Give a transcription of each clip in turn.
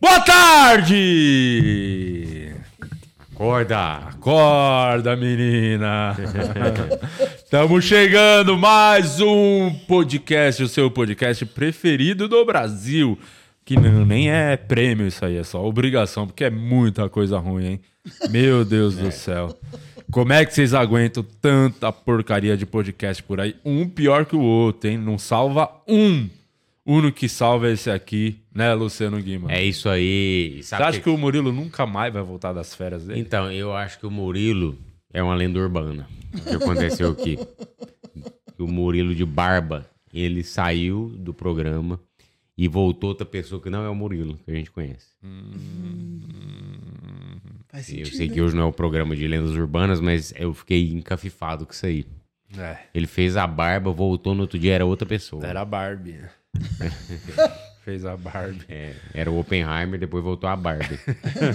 Boa tarde! Acorda, acorda, menina! Estamos chegando mais um podcast, o seu podcast preferido do Brasil. Que n- nem é prêmio isso aí, é só obrigação, porque é muita coisa ruim, hein? Meu Deus É. do céu. Como é que vocês aguentam tanta porcaria de podcast por aí? Um pior que o outro, hein? Não salva um. O único que salva é esse aqui, né, Luciano Guima? É isso aí. Você Sabe acha que o Murilo nunca mais vai voltar das férias dele? Então, eu acho que o Murilo é uma lenda urbana. O que aconteceu aqui? Que o Murilo de Barba, ele saiu do programa e voltou outra pessoa que não é o Murilo, que a gente conhece. Faz Eu sentido. sei que hoje não é o programa de lendas urbanas, mas eu fiquei encafifado com isso aí. É, Ele fez a barba, voltou no outro dia, era outra pessoa. era a Barbie. Fez a Barbie. É, era o Oppenheimer, depois voltou a Barbie.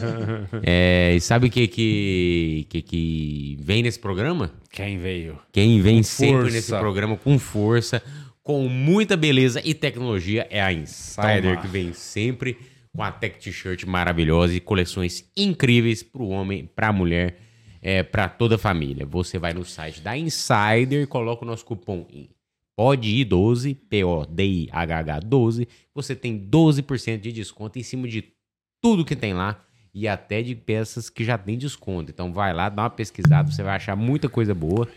É, e sabe o que que, que que vem nesse programa? Quem veio? Quem vem sempre força. nesse programa com força, com muita beleza e tecnologia é a Insider, Toma. que vem sempre com a Tech T-shirt maravilhosa e coleções incríveis para o homem, para a mulher, é, para toda a família. Você vai no site da Insider, coloca o nosso cupom em PODI12, P-O-D-I-H-H-12, você tem 12% de desconto em cima de tudo que tem lá e até de peças que já tem desconto. Então vai lá, dá uma pesquisada, você vai achar muita coisa boa.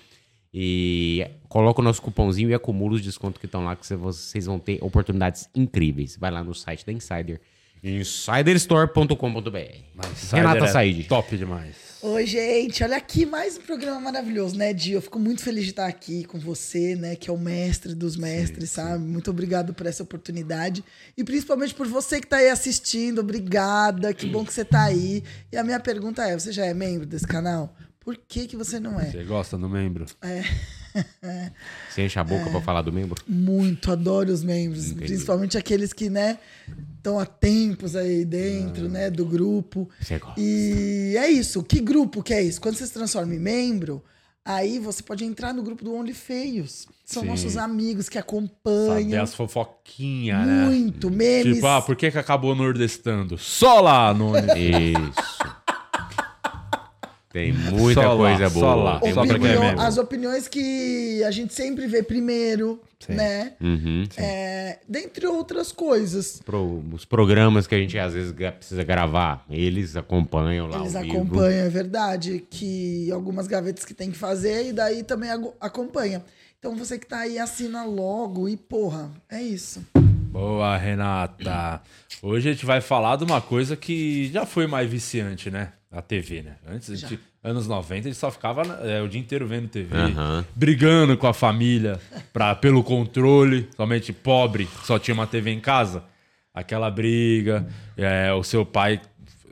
E coloca o nosso cupomzinho e acumula os descontos que estão lá, que cê- vocês vão ter oportunidades incríveis. Vai lá no site da Insider, insiderstore.com.br. Mas Renata Sider é Said. Top demais. Oi, gente, olha aqui mais um programa maravilhoso, né, Dio? Eu fico muito feliz de estar aqui com você, né, que é o mestre dos mestres, sabe? Muito obrigado por essa oportunidade e principalmente por você que tá aí assistindo. Obrigada, que bom que você tá aí. E a minha pergunta é: você já é membro desse canal? Por que que você não é? Você gosta do membro? É. Você enche a boca pra falar do membro? É. Muito, adoro os membros, principalmente aqueles que, né, estão há tempos aí dentro, né, do grupo. Ah. Você gosta. E é isso. Que grupo que é isso? Quando você se transforma em membro, aí você pode entrar no grupo do Only Feios. São Sim. nossos amigos que Saber acompanham as fofoquinhas, né? muito, memes. Tipo, ah, por que, que acabou nordestando? Só lá no Isso. Tem muita Só lá, coisa só boa. lá, Tem só muita pra quem é coisa Opinião- membro. boa. as opiniões que a gente sempre vê primeiro, Sim. né? Uhum. É, dentre outras coisas. Pro- os programas que a gente às vezes gra- precisa gravar, eles acompanham lá Eles ao vivo. acompanham, é verdade, que algumas gavetas que tem que fazer e daí também ago- acompanha. Então você que tá aí assina logo e porra, é isso. Boa, Renata. Hoje a gente vai falar de uma coisa que já foi mais viciante, né? A TV, né? Antes, a gente- anos 90, a gente só ficava é, o dia inteiro vendo TV, Aham. brigando com a família pra, pelo controle. Somente pobre, só tinha uma TV em casa. Aquela briga, é, o seu pai.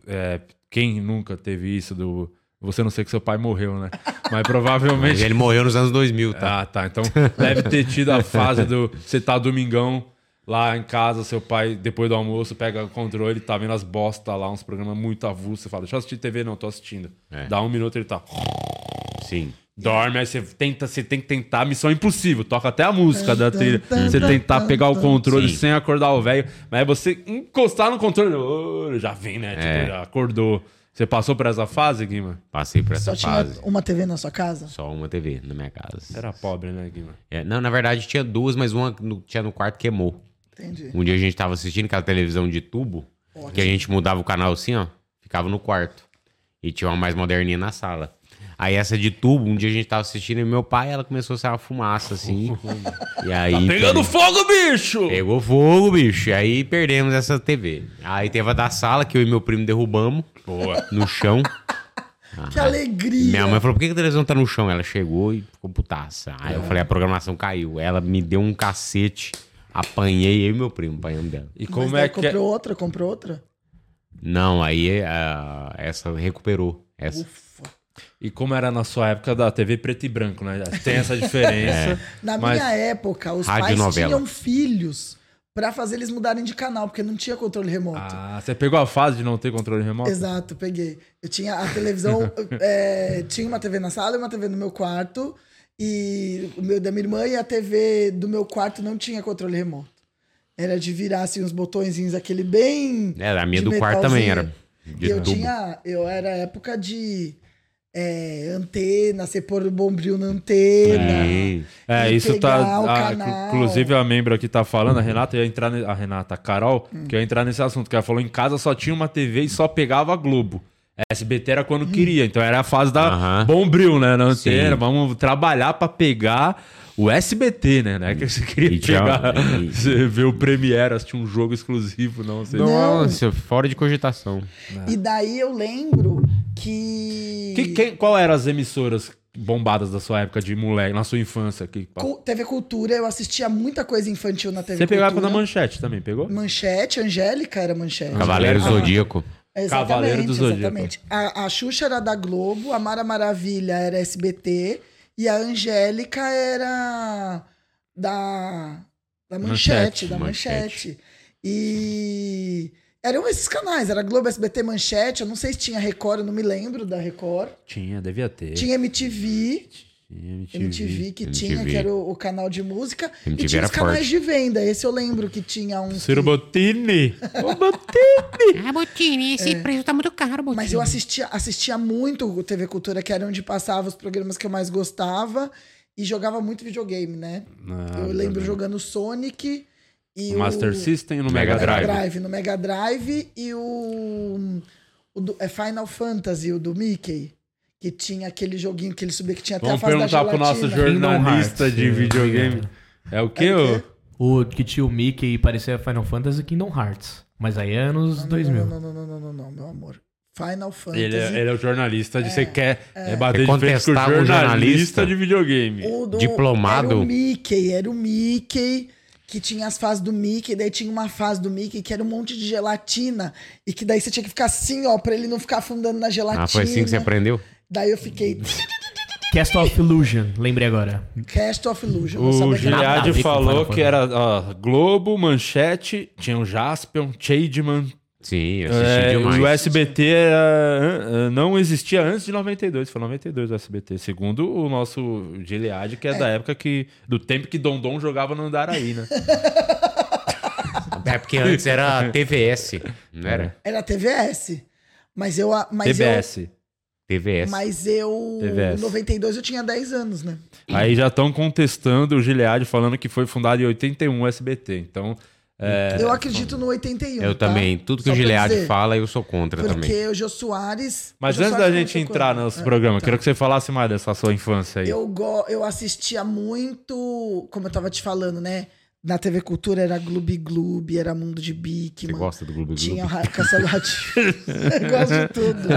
é, quem nunca teve isso do. Você não sei que seu pai morreu, né? Mas provavelmente. Mas ele morreu nos anos 2000, tá? Ah, tá. Então deve ter tido a fase do você tá domingão lá em casa, seu pai, depois do almoço, pega o controle, tá vendo as bosta lá, uns programas muito avulsos. Você fala, deixa eu assistir TV, não, tô assistindo. É. Dá um minuto, ele tá. Sim. Dorme, aí você tenta, você tem que tentar, missão impossível, toca até a música da Tum, trilha. tum, Você tum, tentar tum, pegar o tum. controle Sim. sem acordar o velho, mas você encostar no controle, ô, já vem, né? Tipo, É. já acordou. Você passou por essa fase, Guima? Passei por Só essa tinha fase. uma TV na sua casa? Só uma TV na minha casa. Era pobre, né, Guima? É, não, na verdade tinha duas, mas uma no- tinha no quarto queimou. Entendi. Um dia a gente tava assistindo aquela televisão de tubo, que a gente mudava o canal assim, ó, ficava no quarto. E tinha uma mais moderninha na sala. Aí essa de tubo, um dia a gente tava assistindo e meu pai, ela começou a sair uma fumaça assim. Tá e aí Tá Pegando pe- fogo, bicho! pegou fogo, bicho. E aí perdemos essa TV. Aí teve a da sala que eu e meu primo derrubamos Boa. no chão. Que é alegria! Minha mãe falou, por que que a televisão tá no chão? Ela chegou e ficou putaça. Aí É. eu falei, a programação caiu. Ela me deu um cacete, apanhei eu e meu primo, apanhamos dela. E Mas como daí é que. é? Comprou outra, comprou outra? Não, aí ah, essa recuperou. Essa. Ufa. E como era na sua época da TV preto e branco, né? Tem essa diferença. É. Na mas minha época, os É. Rádio pais novela. tinham filhos pra fazer eles mudarem de canal, porque não tinha controle remoto. Ah, você pegou a fase de não ter controle remoto? Exato, peguei. Eu tinha a televisão, é, tinha uma TV na sala e uma TV no meu quarto. E o meu da minha irmã e a TV do meu quarto não tinha controle remoto. Era de virar assim os botõezinhos, aquele bem. É, a minha de do quarto também era. metalzinho. E De eu tubo. tinha. Eu era época de é, antena, você pôr o bombril na antena. Sim. É, E isso pegar tá. o ah, a- canal. inclusive, a membro aqui tá falando, a Renata ia entrar. ne- A Renata, a Carol, Hum. que ia entrar nesse assunto, que ela falou: em casa só tinha uma TV e só pegava a Globo. SBT era quando queria, então era a fase da Hum. Aham. Bombril, né? Na antena, Sim. vamos trabalhar pra pegar o SBT, né? Não é que você queria E tinha- um- pegar, e- você vê o Premiere, assistir um jogo exclusivo, não sei. Nossa, fora de cogitação. E daí eu lembro que. Que- quem- qual eram as emissoras bombadas da sua época de moleque, na sua infância? Que, Cu- TV Cultura, eu assistia muita coisa infantil na TV você pegou a época Cultura. da manchete também, pegou? Manchete, Angélica era manchete. Cavaleiro Ah, Zodíaco. Exatamente, um Cavaleiro do Zodíaco. exatamente. A, a Xuxa era da Globo, a Mara Maravilha era SBT e a Angélica era da, da Manchete, Manchete, da Manchete. Manchete. E eram esses canais, era Globo, SBT, Manchete, eu não sei se tinha Record, eu não me lembro da Record. Tinha, devia ter. Tinha MTV, MTV. MTV que MTV. tinha, que era o, o canal de música. MTV e tinha era os canais forte. de venda, esse eu lembro que tinha um... Ciro que- Bottini. Ô, Bottini. Ah, Botini, esse preço tá muito caro, Botini. É. Mas eu assistia, assistia muito o TV Cultura, que era onde passava os programas que eu mais gostava e jogava muito videogame, né? Ah, eu lembro jogando Sonic e Master o System no Mega Mega Drive. no Mega Drive e o, o do- é Final Fantasy, o do Mickey, que tinha aquele joguinho que ele subia que tinha Tá até Vamos a fase da perguntar pro gelatina. nosso jornalista Hearts, de é, videogame. É o que, ô? O que tinha o Mickey e parecia Final Fantasy Kingdom Hearts. Mas aí é anos Não, não, 2000. Não, não, não, não, não, não, meu amor. Final Fantasy. Ele, é- ele é o jornalista de você quer é, bater Quer de frente com o contestar com o jornalista, jornalista? de videogame. O do- Diplomado. Era um o Mickey, era o Mickey, que tinha as fases do Mickey, daí tinha uma fase do Mickey que era um monte de gelatina, e que daí você tinha que ficar assim, ó, pra ele não ficar afundando na gelatina. Ah, foi assim que você aprendeu? Daí eu fiquei, Cast of Illusion, lembrei agora. Cast of Illusion. não O sabia que era né? Nada a Gilead ver com falou Final que era ó, Globo, Manchete, tinha o Jaspion, Chademan. Sim, eu assisti É, demais. o SBT era- an- não existia antes de 92, foi 92 o SBT, segundo o nosso Gilead, que é, da época que. do tempo que Dondon jogava no Andaraí, né? É porque antes era TVS, não era? Era TVS. Mas eu. a- Mas TBS. TVS. Eu, mas eu. TVS. Em 92 eu tinha 10 anos, né? Aí já estão contestando o Gilead, falando que foi fundado em 81 o SBT. Então, eu acredito no 81. é, Eu tá? também. Tudo que Só o pra Gilead dizer, fala, eu sou contra também. Porque o Jô Soares. mas o Jô antes da Soares gente comentou entrar comigo. no nosso É, programa, tá. queria que você falasse mais dessa sua infância aí. Eu, go- eu assistia muito, como eu tava te falando, né? Na TV Cultura era Gloob Gloob, era Mundo de Você Bikman. gosta do Globo Tinha Globo? Ra- Castelo Ratinho. Eu gosto de tudo.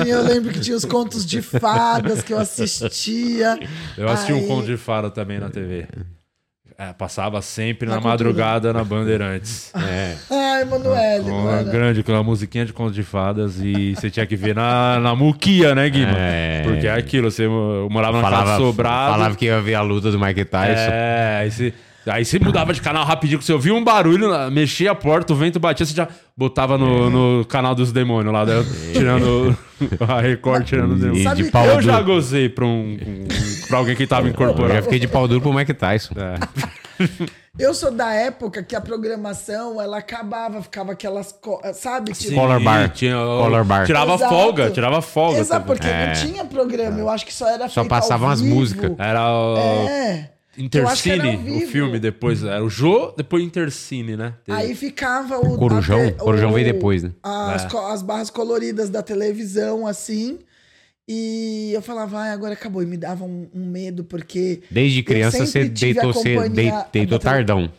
Tinha, eu lembro que tinha os contos de fadas que eu assistia. Eu assisti um Aí- Conto de Fada também na TV. É, passava sempre na, Na cultura. madrugada na Bandeirantes. É, Ai, Emanuele, Uma mano. grande, com uma musiquinha de conto de fadas e você tinha que ver na, na muquia, né, Guima? É. Porque é aquilo, você mo- morava na casa Falava, sobrada. falava que ia ver a luta do Mike Tyson. É, aí você, aí você mudava de canal rapidinho, porque você ouvia um barulho, mexia a porta, o vento batia, você já botava É. no, no canal dos demônios lá, né? tirando a Record, tirando os demônios. E Sabe de que pau Eu duro. já gozei pra, um, um- pra alguém que tava Eu já incorporado. É. fiquei de pau duro pro Mike Tyson. Eu sou da época que a programação ela acabava, ficava aquelas. co- Sabe? Tipo, Collar bar. Tinha- Collar bar. Tirava Exato. folga, tirava folga. Exato, também. porque não tinha programa. Eu acho que só era É. Só feito passavam ao as vivo. músicas. Era o... É. Eu acho que era ao Intercine, o vivo. Ah. filme depois. Era o Jô, depois Intercine, né? Teve. Aí ficava o. Corujão? a te- Corujão veio depois, né? É. As, co- as barras coloridas da televisão, assim. E eu falava, ai, agora acabou. E me dava um, um medo, porque Desde criança Eu você sempre tive deitou, a você companhia dei- deitou da tele- tardão.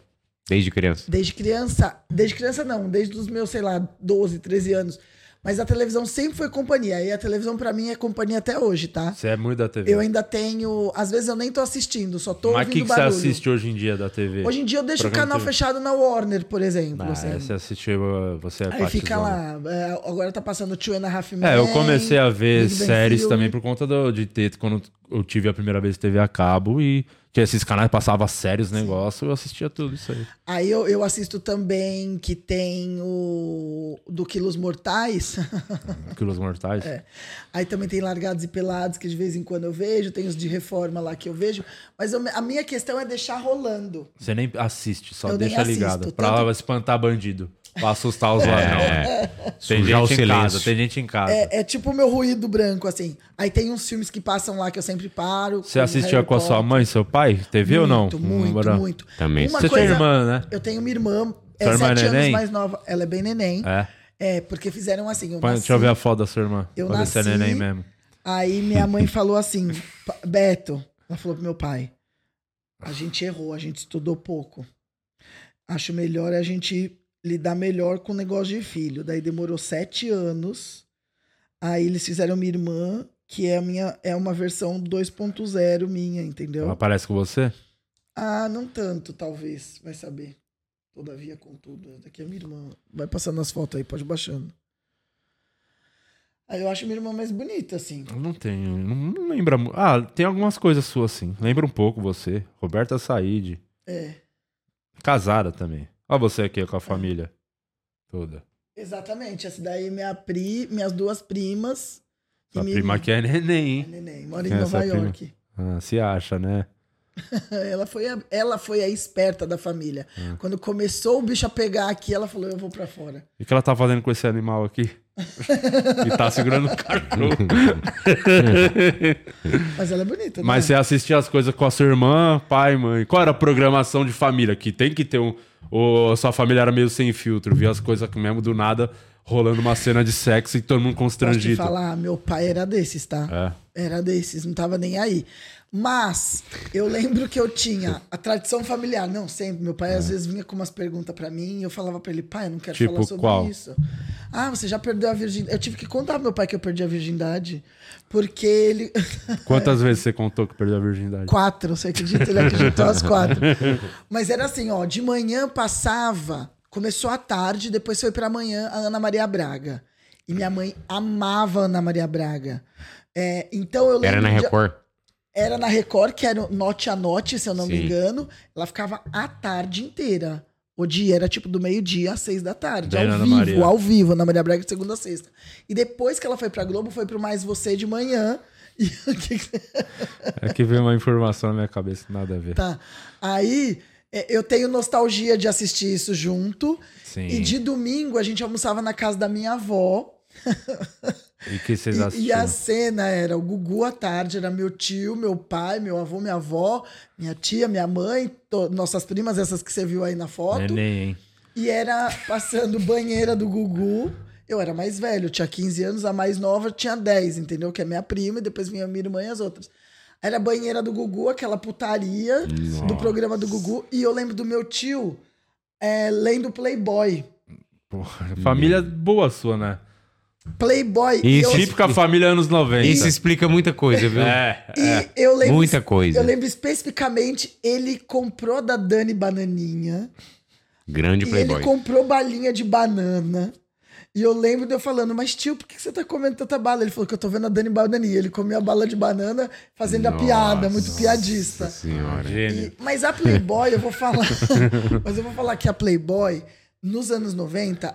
Desde criança. desde criança. Desde criança, não, desde os meus, sei lá, 12, 13 anos. Mas a televisão sempre foi companhia. E a televisão, pra mim, é companhia até hoje, tá? Você é muito da TV. Eu ainda tenho. Às vezes eu nem tô assistindo, só tô Mas o ouvindo que, que você barulho. assiste hoje em dia da TV? Hoje em dia eu deixo Programa o canal TV. fechado na Warner, por exemplo. Ah, assim. você assistiu, você é Aí fica partizona. lá. é, agora tá passando Two and a Half Men. É, eu comecei a ver Big Bang séries Theory. também por conta do, de ter, quando eu tive a primeira vez TV a cabo e que esses canais passavam sérios negócios, eu assistia tudo isso aí. Aí eu, eu assisto também que tem o do Quilos Mortais. Quilos Mortais. É. Aí também tem Largados e Pelados, que de vez em quando eu vejo, tem os de reforma lá que eu vejo. Mas eu- a minha questão é deixar rolando. Você nem assiste, só Eu nem deixa assisto, ligado. Pra tanto- espantar bandido. Pra assustar os ladrões. É. Tem Sujar o gente em silêncio. casa, tem gente em casa. É, é tipo o meu ruído branco, assim. Aí tem uns filmes que passam lá que eu sempre paro. Você assistia com a sua mãe, seu pai? TV ou não? Muito, muito, Bora. muito. Também. Você tem irmã, né? Eu tenho uma irmã, é Sua irmã é sete anos neném? mais nova. Ela é bem neném. É. É, porque fizeram assim. Eu Põe- nasci, Deixa eu ver a foto da sua irmã. Eu pra ver se é nasci- neném mesmo. Aí minha mãe falou assim: "Pa- Beto, ela falou pro meu pai: a gente errou, a gente estudou pouco. Acho melhor a gente lidar melhor com o negócio de filho. Daí demorou sete anos. Aí eles fizeram minha irmã, que é, a minha, é uma versão 2.0 minha, entendeu? Ela parece com você? Ah, não tanto, talvez. Vai saber. Todavia, contudo. Daqui é minha irmã. Vai passando as fotos aí, pode ir baixando. Aí eu acho minha irmã mais bonita, assim. Eu Não tenho. Não, não lembra. mu- Ah, tem algumas coisas suas, sim. Lembra um pouco você. Roberta Said. É. Casada também. Olha você aqui com a família toda. Exatamente. Essa daí é minha pri, minhas duas primas. Sua minha prima irmã. aqui é neném, A hein? neném. Mora em Quem é Nova essa prima? York. Ah, se acha, né? Ela foi, a, ela foi a esperta da família. Hum. Quando começou o bicho a pegar aqui, ela falou: Eu vou pra fora. O que ela tá fazendo com esse animal aqui? e tá segurando o cachorro. Mas ela é bonita, né? Mas você assistia as coisas com a sua irmã, pai, mãe. Qual era a programação de família? Que tem que ter um. Ou sua família era meio sem filtro, via as coisas que mesmo do nada rolando uma cena de sexo e todo mundo Posso te constrangido. falar, "Ah, meu pai era desses, tá? É. Era desses, não tava nem aí. Mas eu lembro que eu tinha a tradição familiar. Não, sempre. Meu pai às vezes vinha com umas perguntas pra mim e eu falava pra ele, pai, eu não quero É. Tipo falar sobre qual? isso. Ah, você já perdeu a virgindade. Eu tive que contar pro meu pai que eu perdi a virgindade. Porque ele. Quantas vezes você contou que perdeu a virgindade? quatro, você acredita? Ele acreditou às quatro. Mas era assim, ó, de manhã passava, começou à tarde, depois foi pra manhã a Ana Maria Braga. E minha mãe amava a Ana Maria Braga. É, então eu lembro Era na de- Record. era na Record, que era note a note, se eu não me Sim. engano. Ela ficava a tarde inteira. O dia era tipo do meio-dia às seis da tarde. Daí Ao na Ana vivo, Maria. ao vivo, Ana Maria Braga de segunda a sexta. E depois que ela foi pra Globo, foi pro Mais Você de manhã. E o que que É que veio uma informação na minha cabeça, nada a ver. Tá. Aí é, eu tenho nostalgia de assistir isso junto. Sim. E de domingo a gente almoçava na casa da minha avó. E que vocês E- E, assistiram? a cena era o Gugu à tarde, era meu tio, meu pai, meu avô, minha avó, minha tia, minha mãe, to- nossas primas, essas que você viu aí na foto. Neném, hein? E era passando banheira do Gugu. Eu era mais velho, tinha 15 anos, a mais nova tinha 10, entendeu? Que é minha prima, e depois vinha minha irmã e as outras. Era a banheira do Gugu, aquela putaria do programa do Gugu. E eu lembro do meu tio é, lendo Playboy. Porra, família boa sua, né? Playboy. e Isso, eu, Típica família anos 90. Isso explica muita coisa, viu? É. e eu lembro. Muita coisa. Eu lembro especificamente, ele comprou da Dani Bananinha. Grande e Playboy. ele comprou balinha de banana. E eu lembro de eu falando, mas tio, por que que você tá comendo tanta bala? Ele falou que eu tô vendo a Dani Bananinha. Ele comia a bala de banana fazendo a piada, muito Nossa piadista. Senhora. Gênio. E- mas a Playboy, eu vou falar. mas eu vou falar que a Playboy, nos anos 90,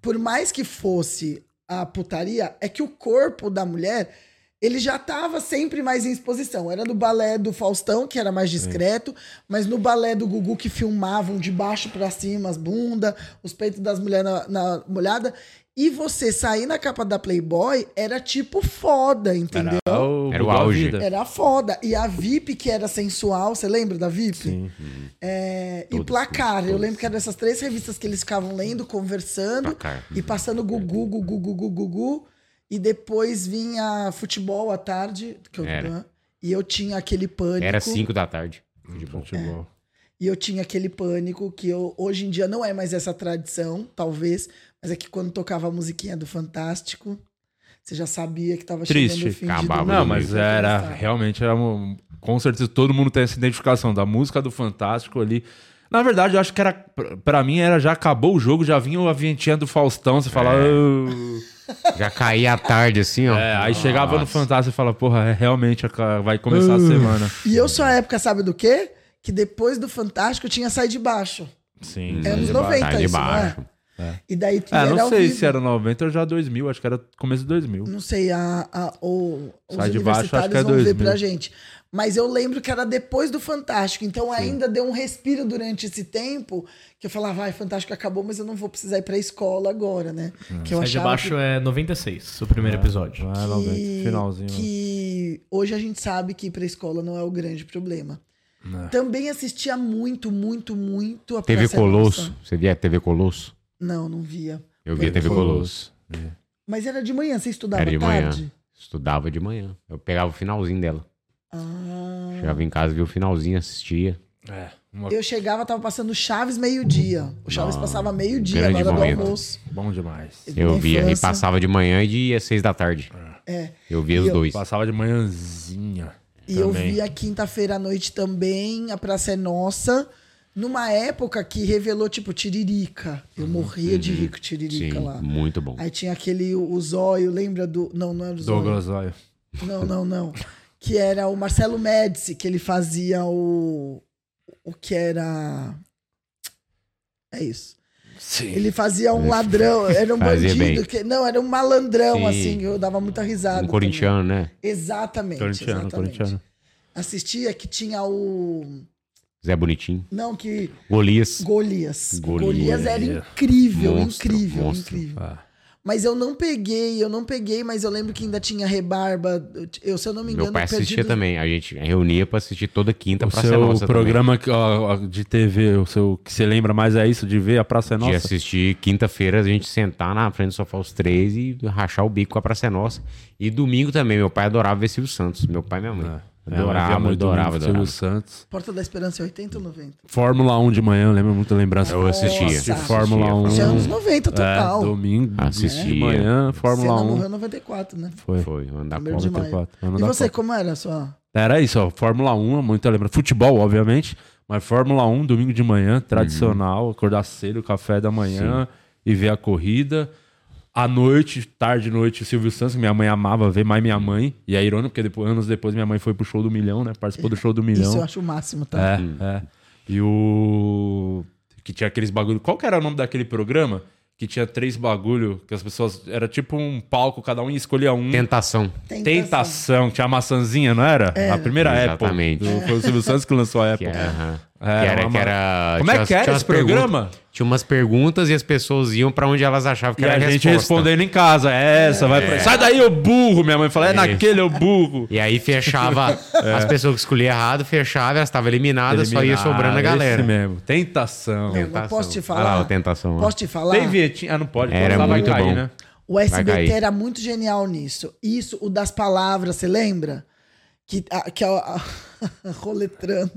por mais que fosse a putaria, é que o corpo da mulher. Ele já tava sempre mais em exposição. Era no balé do Faustão, que era mais discreto, mas no balé do Gugu, que filmavam de baixo pra cima as bundas, os peitos das mulheres na, na molhada. E você sair na capa da Playboy era tipo foda, entendeu? Era o, Era o a auge. vida. Era foda. E a VIP, que era sensual, você lembra da VIP? Sim. É, e Todas, Placar. todas, Eu todas. lembro que eram essas três revistas que eles ficavam lendo, conversando Placar. Uhum. e passando Gugu, Gugu, Gugu, Gugu. E depois vinha futebol à tarde, que eu- Era. e eu tinha aquele pânico. É. Era 5 da tarde. Futebol. E eu tinha aquele pânico que eu, hoje em dia não é mais essa tradição, talvez, mas é que quando tocava a musiquinha do Fantástico, você já sabia que tava Triste. chegando o fim Acabava de Não, Pablo mas Neto. era realmente era um- com certeza todo mundo tem essa identificação da música do Fantástico ali. Na verdade, eu acho que era pra- pra mim era já acabou o jogo, já vinha o aventinha do Faustão, você fala, "Ô, É. Já caía à tarde, assim, ó. É, aí chegava no Nossa. Fantástico e falava, porra, é, realmente aca- vai começar a semana. E eu sou a época, sabe do quê? Que depois do Fantástico tinha Sai de Baixo. Sim. É anos de 90 Sai de isso, baixo. não é? E daí tudo É, era não ao sei vivo. se era 90 ou já 2000, acho que era começo de 2000. Não sei, a, a- o, os Sai de baixo, acho universitários que é vão ver 2000. pra gente. Mas eu lembro que era depois do Fantástico. Então ainda deu um respiro durante esse tempo que eu falava, vai, Fantástico acabou, mas eu não vou precisar ir pra escola agora, né? Que eu Sai de achava baixo que, é 96, o Ah, primeiro episódio. Vai, 90, que- finalzinho. que hoje a gente sabe que ir pra escola não é o grande problema. É. Também assistia muito, muito, muito a TV Praça é Colosso. Nossa. Você via TV Colosso? Não, não via. Eu via TV Colosso. Mas era de manhã, você estudava Era de manhã. tarde? Estudava de manhã. Eu pegava o finalzinho dela. Ah. Chegava em casa, via o finalzinho, assistia. É, uma... Eu chegava, tava passando Chaves meio-dia. O Chaves Nossa, passava meio-dia na grande hora momento. do almoço. bom demais. Eu Minha via. E infância. passava de manhã e de às seis da tarde. É. Eu via E os eu- dois. Passava de manhãzinha. E eu também. via quinta-feira à noite também, a Praça é Nossa. Numa época que revelou, tipo, Tiririca. Eu morria de rico Tiririca Uhum. Sim, lá. muito bom. Aí tinha aquele, o o Zóio, lembra do... Não, não era o Zóio. Douglas, olha. Não, não, não. Que era o Marcelo Médici, que ele fazia o... O que era... É isso. Sim. Ele fazia um ladrão, era um Fazia bandido. bem. Que, não, era um malandrão, Sim. assim. Eu dava muita risada. Um também. corintiano, né? Exatamente. Corintiano, exatamente. corintiano. Assistia que tinha o. Zé Bonitinho. Não, que. Golias. Golias. Golias, Golias. era incrível, Monstro, incrível, monstro. incrível. Ah, Mas eu não peguei, eu não peguei, mas eu lembro que ainda tinha rebarba. Eu, se eu não me engano, Meu pai assistia Perdidos- também. A gente reunia pra assistir toda quinta o Praça seu Nossa programa que, ó, ó, de TV, o seu que você lembra mais é isso, de ver a Praça é também. De Nossa? assistir quinta-feira, a gente sentar na frente do sofá os três e rachar o bico com a Praça é Nossa. E domingo também. Meu pai adorava ver Silvio Santos. Meu pai e minha mãe. É, Adorava, eu via muito adorava, muito Silvio adorava. Santos. Porta da Esperança é 80 ou 90? Fórmula 1 de manhã, eu lembro muito lembrança. Eu assistia. De Fórmula Assistia. 1. Isso é anos 90 total. É, domingo de Assistia. manhã, Você Fórmula não 1. morreu em 94, né? Foi. Foi, andar Primeiro com de Copa, maio. Copa, ano E da você, Copa. como era a sua? Era isso, ó. Fórmula 1, muito lembra. Futebol, obviamente. Mas Fórmula 1, domingo de manhã, tradicional. Acordar cedo, café da manhã e ver a corrida. À noite, tarde, noite, o Silvio Santos, que minha mãe amava ver, mais minha mãe. E é irônico, porque depois, anos depois minha mãe foi pro show do milhão, né? Participou do show do milhão. Isso eu acho o máximo, tá? É, é. E o. Que tinha aqueles bagulho. Qual que era o nome daquele programa? Que tinha três bagulho, que as pessoas. Era tipo um palco, cada um escolhia um. Tentação. Tentação, que tinha a maçãzinha, não era? A primeira É. Exatamente. Apple. do- Foi o Silvio Santos que lançou a Que Apple. era, aham. Era que era, uma- que era- Como é tinha- que era tinha esse umas perguntas- programa? Tinha umas perguntas e as pessoas iam pra onde elas achavam que E era a gente resposta. respondendo em casa, é essa, vai pra... Sai daí, ô burro! Minha mãe fala, é, Isso. naquele, ô burro! E aí fechava. As pessoas que escolhiam errado, fechava, elas estavam eliminadas, só ia sobrando a Eliminaram, galera. Esse mesmo, tentação. Não, mas posso te Tentação. falar? Olha lá, o tentação. né? ó. Posso te falar? Tem vietinha? Ah, não pode, Era senão vai muito cair, bom. né? O SBT cair. era muito genial nisso. Isso, o das palavras, você lembra? Que, a, que a- a- roletrando.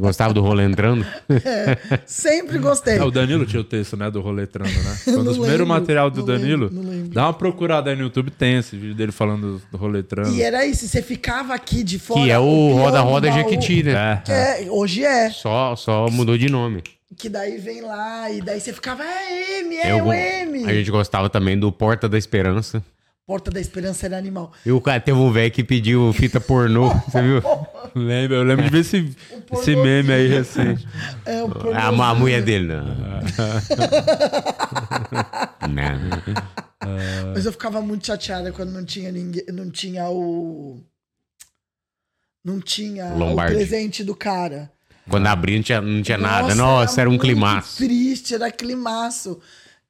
Gostava do rolê entrando? Sempre gostei. É, o Danilo tinha o texto, né, do roletrando, né? Eu Foi um não dos primeiros lembro, materiais do não lembro, Danilo. não lembro. Dá uma procurada aí no YouTube, tem esse vídeo dele falando do roletrando. E era isso, você ficava aqui de fora. que é o peão roda-roda do baú, Jequiti, É, né? que é, hoje é. Só, só mudou de nome. Que daí vem lá, e daí você ficava, é M, é Eu- o M. a gente gostava também do Porta da Esperança. Porta da Esperança era animal. E o cara teve um velho que pediu fita pornô, você viu? Lembro, eu lembro de ver esse, esse meme aí recente. É, o A, pornô- ma- a mulher dele, não. não. Ah, Mas eu ficava muito chateada quando não tinha ninguém. Não tinha o. Não tinha Lombardi. o presente do cara. Quando abria não tinha, não tinha nada. Nossa, Nossa, era um muito climaço. Triste, era climaço.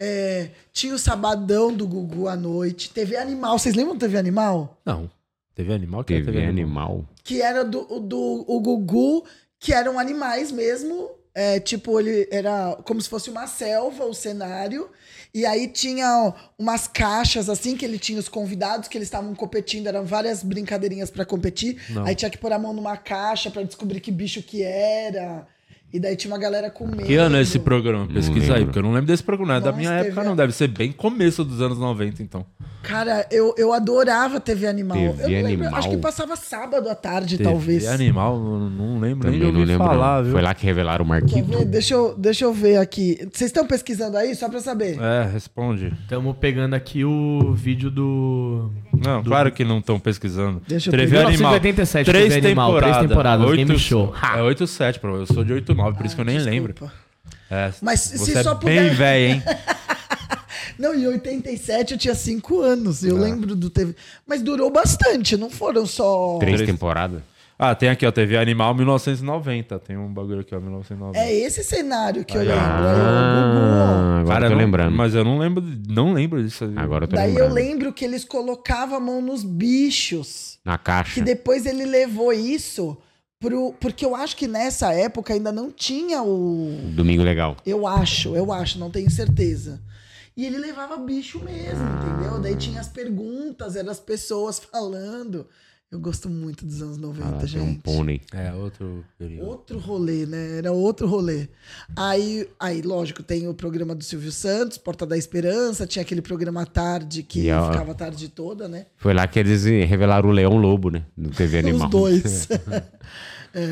É, tinha o sabadão do Gugu à noite. TV Animal, vocês lembram do TV Animal? Não. TV animal? que é TV animal. Que era do, o do o Gugu, que eram animais mesmo. É, tipo, ele era como se fosse uma selva, o cenário. E aí tinha umas caixas assim que ele tinha os convidados que eles estavam competindo, eram várias brincadeirinhas pra competir. Não. Aí tinha que pôr a mão numa caixa pra descobrir que bicho que era. E daí tinha uma galera com medo. Que ano é esse programa? Pesquisa aí, lembro. porque eu não lembro desse programa. Não é da Nossa, minha época, TV não. Deve ser bem começo dos anos 90, então. Cara, eu, eu adorava TV Animal. TV eu não lembro, Animal? acho que passava sábado à tarde, TV talvez. Animal, não não lembro Também nem de não ouvir lembro. falar, não. viu? Foi lá que revelaram o Quer ver? Marquito. Deixa eu, deixa eu ver aqui. Vocês estão pesquisando aí, só pra saber? É, responde. Estamos pegando aqui o vídeo do. Não, claro que não estão pesquisando. Deixa eu TV pegar. Animal. 1987, TV Animal, três temporadas, oito- Game Show. Ha. É 8-7, pô. Eu sou de 8-9, por isso que eu nem lembro. Ah, Desculpa. É, Mas se você só é puder- bem velho, hein? Não, em 87 eu tinha 5 anos. Ah. Eu lembro do TV. Mas durou bastante, não foram só. Três Três. temporadas. Ah, tem aqui, ó, TV Animal 1990. Tem um bagulho aqui, ó, 1990. É esse cenário que eu Aí, ó. lembro. Aí, ó, o Gugu, ó. Ah, agora Cara, eu tô não- lembrando. Mas eu não lembro, não lembro disso. aí. Agora eu tô Daí lembrando. eu lembro que eles colocavam a mão nos bichos. Na Que caixa. depois ele levou isso pro. Porque eu acho que nessa época ainda não tinha o. Domingo legal. Eu acho, eu acho, não tenho certeza. E ele levava bicho mesmo, entendeu? Daí tinha as perguntas, eram as pessoas falando. Eu gosto muito dos anos 90, Ah, tem um gente. pônei. É, outro período. Outro rolê, né? Era outro rolê. Aí, aí, lógico, tem o programa do Silvio Santos, Porta da Esperança, tinha aquele programa à tarde que E a- ficava a tarde toda, né? Foi lá que eles revelaram o Leão Lobo, né? No TV Animal. Os dois. É,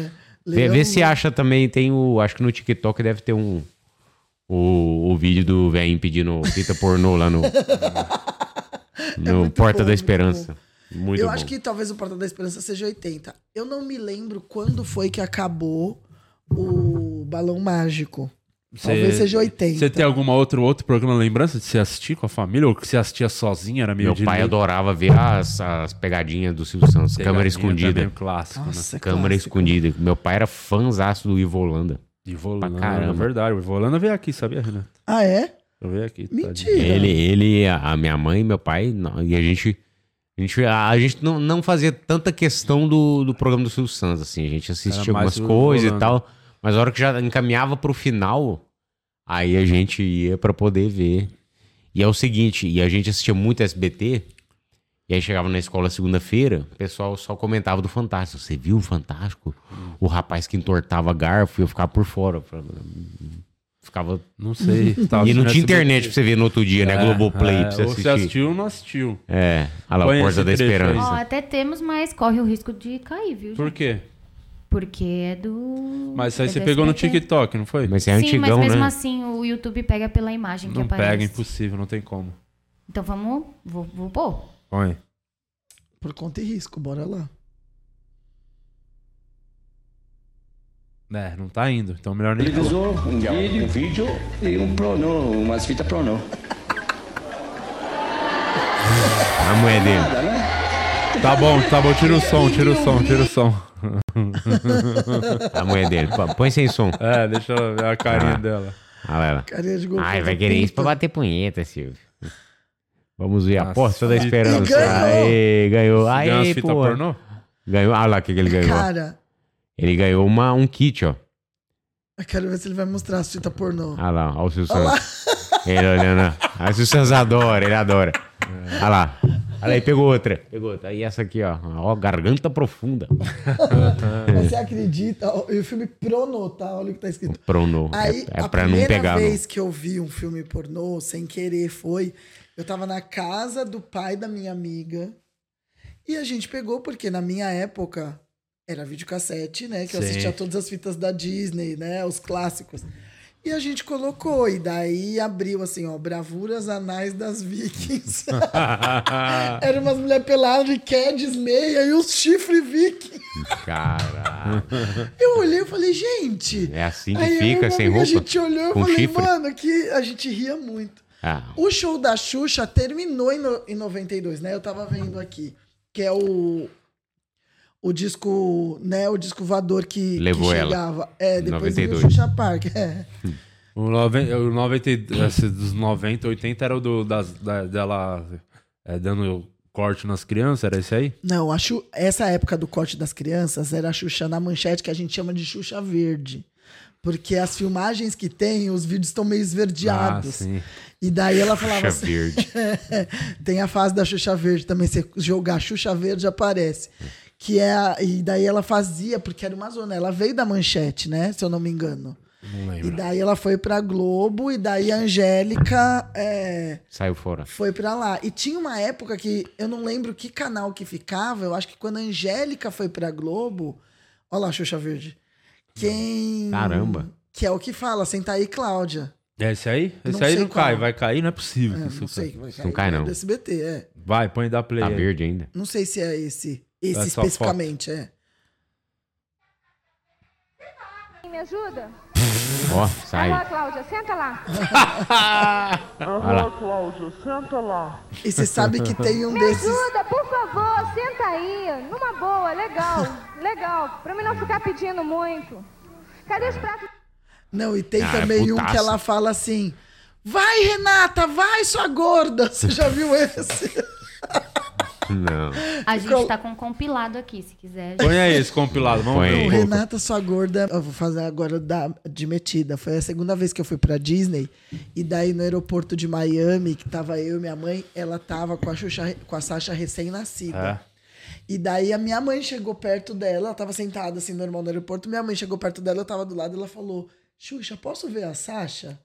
Vê, Leão- vê se acha também, tem o. Acho que no TikTok deve ter um. O, o vídeo do velho pedindo fita pornô lá no. No É muito Porta bom, da muito Esperança. Muito eu bom. acho que talvez o Porta da Esperança seja 80. Eu não me lembro quando foi que acabou o Balão Mágico. Talvez seja 80. Você tem algum outro, outro programa lembrança de se assistir com a família? Ou que se assistia sozinha, era meio Meu de pai noite? adorava ver as, as pegadinhas do Silvio Santos, câmera Pegadinha escondida. também, um clássico, né? Nossa, é Câmera clássico. escondida. Meu pai era fãzaço do Ivo Holanda. E Volanda, Pra caramba. é verdade. O Volanda veio aqui, sabia, Renan? Ah, é? Eu veio aqui. Mentira. tadinho. Ele, ele, a a minha mãe, meu pai, nó- e a gente. A gente, a a gente não, não fazia tanta questão do, do programa do Silvio Santos, assim. A gente assistia Era mais algumas o coisas e Rolando. tal. Mas a hora que já encaminhava pro final, aí a gente ia pra poder ver. E é o seguinte, e a gente assistia muito SBT, e aí chegava na escola segunda-feira, o pessoal só comentava do Fantástico. Você viu o Fantástico? O rapaz que entortava garfo e eu ficava por fora. Eu falava, "Hum." Ficava Não sei. tava e não assistindo tinha SBT. internet pra você ver no outro dia, né? É, Globoplay é, pra você ou assistir. Você assistiu ou não assistiu? É, a La Põe Porta esse da trecho aí. Esperança. Ó, até temos, mas corre o risco de cair, viu? é. Por gente? quê? Porque é do. Mas isso aí é você do pegou no SBT. TikTok, não foi? Mas é Sim, antigão, mas mesmo né? assim o YouTube pega pela imagem que não aparece. pega, impossível, não tem como. Então vamos. Vou, vou pôr. Põe. Por conta e risco, bora lá. É, não tá indo, então melhor nem. televisor, um vídeo, um vídeo e um pronô, umas fitas pronô. A mulher dele. Nada, né? Tá bom, tá bom, tira o som, tira o som, tira o som. A mulher dele. Pô, Põe Ah. sem som. É, deixa eu ver a carinha dela. Olha ela. Carinha de gol. Ai, vai querer isso pra bater punheta, Silvio. Vamos ver a Nossa, Porta da e- Esperança. e Aê, ganhou. ganhou! Ganhou as Aê, fitas pô. pornô? Ganhou. Olha lá o que, que ele ganhou. Cara, Ele ganhou uma, um kit, ó. eu quero ver se ele vai mostrar as fitas pornô. Olha lá, olha Ah, o Silvio Santos. Ele olhando. ó. Aí o Silvio Santos adora, ele adora. Olha lá. Olha aí, pegou outra. Pegou outra. Aí essa aqui, ó. Ó, garganta profunda. Mas É. Você acredita? Ó, E o filme Prono, tá? Olha o que tá escrito. Prono. Aí, é é a pra não primeira pegar. não. vez que eu vi um filme pornô, sem querer, foi. Eu tava na casa do pai da minha amiga. E a gente pegou, porque na minha época era videocassete, né? Que eu Sim. assistia todas as fitas da Disney, né? Os clássicos. E a gente colocou, e daí abriu assim, ó, Bravuras Anais das Vikings. Era umas mulheres peladas e Cadiz meia e uns chifre viking. Cara, Eu olhei e falei, gente, é assim que Aí eu e fica, minha sem amiga, roupa. A gente olhou e com falei, chifre. mano, que a gente ria muito. Ah, O show da Xuxa terminou em, no, em 92, né? Eu tava vendo aqui. Que é o. O disco, né? O disco voador que, Levou que ela. chegava. É, depois veio 92. o Xuxa Park. É. O, noven- o 90, e- esse dos 90, 80 era o do, das, da- dela é, dando corte nas crianças, era esse aí? Não, a Xu- essa época do corte das crianças era a Xuxa na manchete, que a gente chama de Xuxa Verde. Porque as filmagens que tem, os vídeos estão meio Ah, esverdeados. sim. e daí ela falava Puxa assim. verde. Tem a fase da Xuxa Verde também. Você jogar Xuxa Verde aparece. Que é a- e daí ela fazia, porque era uma zona. Ela veio da manchete, né? Se eu não me engano. Não E lembro. daí ela foi pra Globo, e daí a Angélica é, Saiu fora. foi pra lá. E tinha uma época que eu não lembro que canal que ficava, eu acho que quando a Angélica foi pra Globo. Olha lá, Xuxa Verde. Quem. Caramba. Que é o que fala, senta aí, Cláudia. É esse aí? Esse Não aí sei não cai. qual. Vai cair? Não é possível. É, que não isso sei. caia. vai Não cai, cair não. Do SBT, é. Vai, põe da play Tá aí. verde ainda. Não sei se é esse. É Esse só especificamente, é. Me ajuda? Ó, sai. Alô, Cláudia, senta lá. E você sabe que tem um Me desses. ajuda, por favor, senta aí. Numa boa, legal, legal. Pra mim não ficar pedindo muito. Cadê os pratos? Não, e tem Ah, é também um putaça. que ela fala assim: Vai, Renata, vai, sua gorda! Você já viu esse? Não. A gente Col- tá com um compilado aqui, se quiser. Põe aí esse compilado. Vamos Põe ver. aí. O um pouco. Renata, sua gorda. Eu vou fazer agora da, de metida. Foi a segunda vez que eu fui pra Disney. E daí no aeroporto de Miami, que tava eu e minha mãe, ela tava com a, Xuxa, com a Sasha recém-nascida. E daí a minha mãe chegou perto dela, ela tava sentada assim, normal no aeroporto. Minha mãe chegou perto dela, eu tava do lado, ela falou: Xuxa, posso ver a Sasha?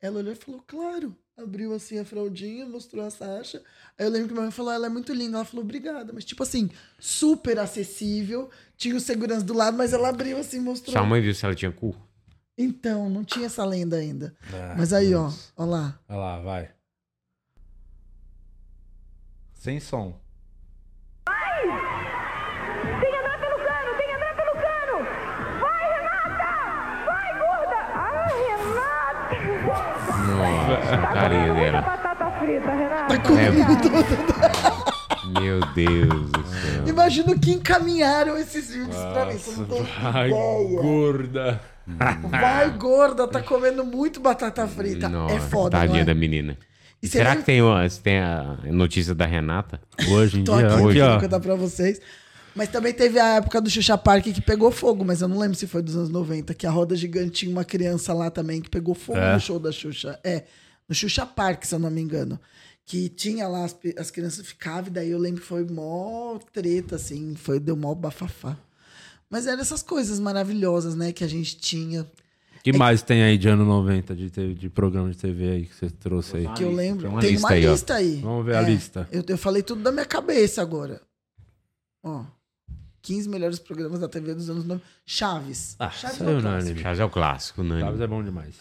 Ela olhou e falou: Claro. Abriu assim a fraldinha, mostrou a Sasha. Aí eu lembro que minha mãe falou: Ela é muito linda. Ela falou: Obrigada. Mas, tipo assim, super acessível. Tinha o segurança do lado, mas ela abriu assim, mostrou. Sua mãe viu se ela tinha cu? Então, não tinha essa lenda ainda. mas aí, ó, ó lá. Olha lá, vai. Sem som. Tem que andar pelo cano, tem que andar pelo cano. Vai, Renata! Vai, gorda! Ai, Renata! Nossa, é a carinha dela. Batata frita, Renata. Tá com É. tudo. Meu Deus do céu. Imagino que encaminharam esses vídeos pra mim. Você não tem Vai, ideia. gorda. Ah. Vai, gorda, tá comendo muito batata frita. é foda, não tadinha é? da menina. E você Será lembra- que tem, ó, tem a notícia da Renata? Hoje em Tô aqui, dia, hoje, hoje, eu vou ó. contar pra vocês. Mas também teve a época do Xuxa Park que pegou fogo, mas eu não lembro se foi dos anos 90, que a roda gigante tinha uma criança lá também que pegou fogo É? no show da Xuxa. É, no Xuxa Park, se eu não me engano. Que tinha lá, as, pe- as crianças ficavam, e daí eu lembro que foi mó treta, assim, foi, deu mó bafafá. Mas eram essas coisas maravilhosas, né, que a gente tinha. O que mais tem aí de ano 90 de, te- de programa de TV aí que você trouxe aí? que eu lembro. tem Tem uma uma, lista lista, aí, aí, É, ó. Vamos ver a lista. Eu, eu falei tudo da minha cabeça agora. Ó. 15 melhores programas da TV dos anos 90. Chaves. Ah, Chaves saiu é um no clássico. anime. Chaves é o clássico, Chaves Nani. é bom demais.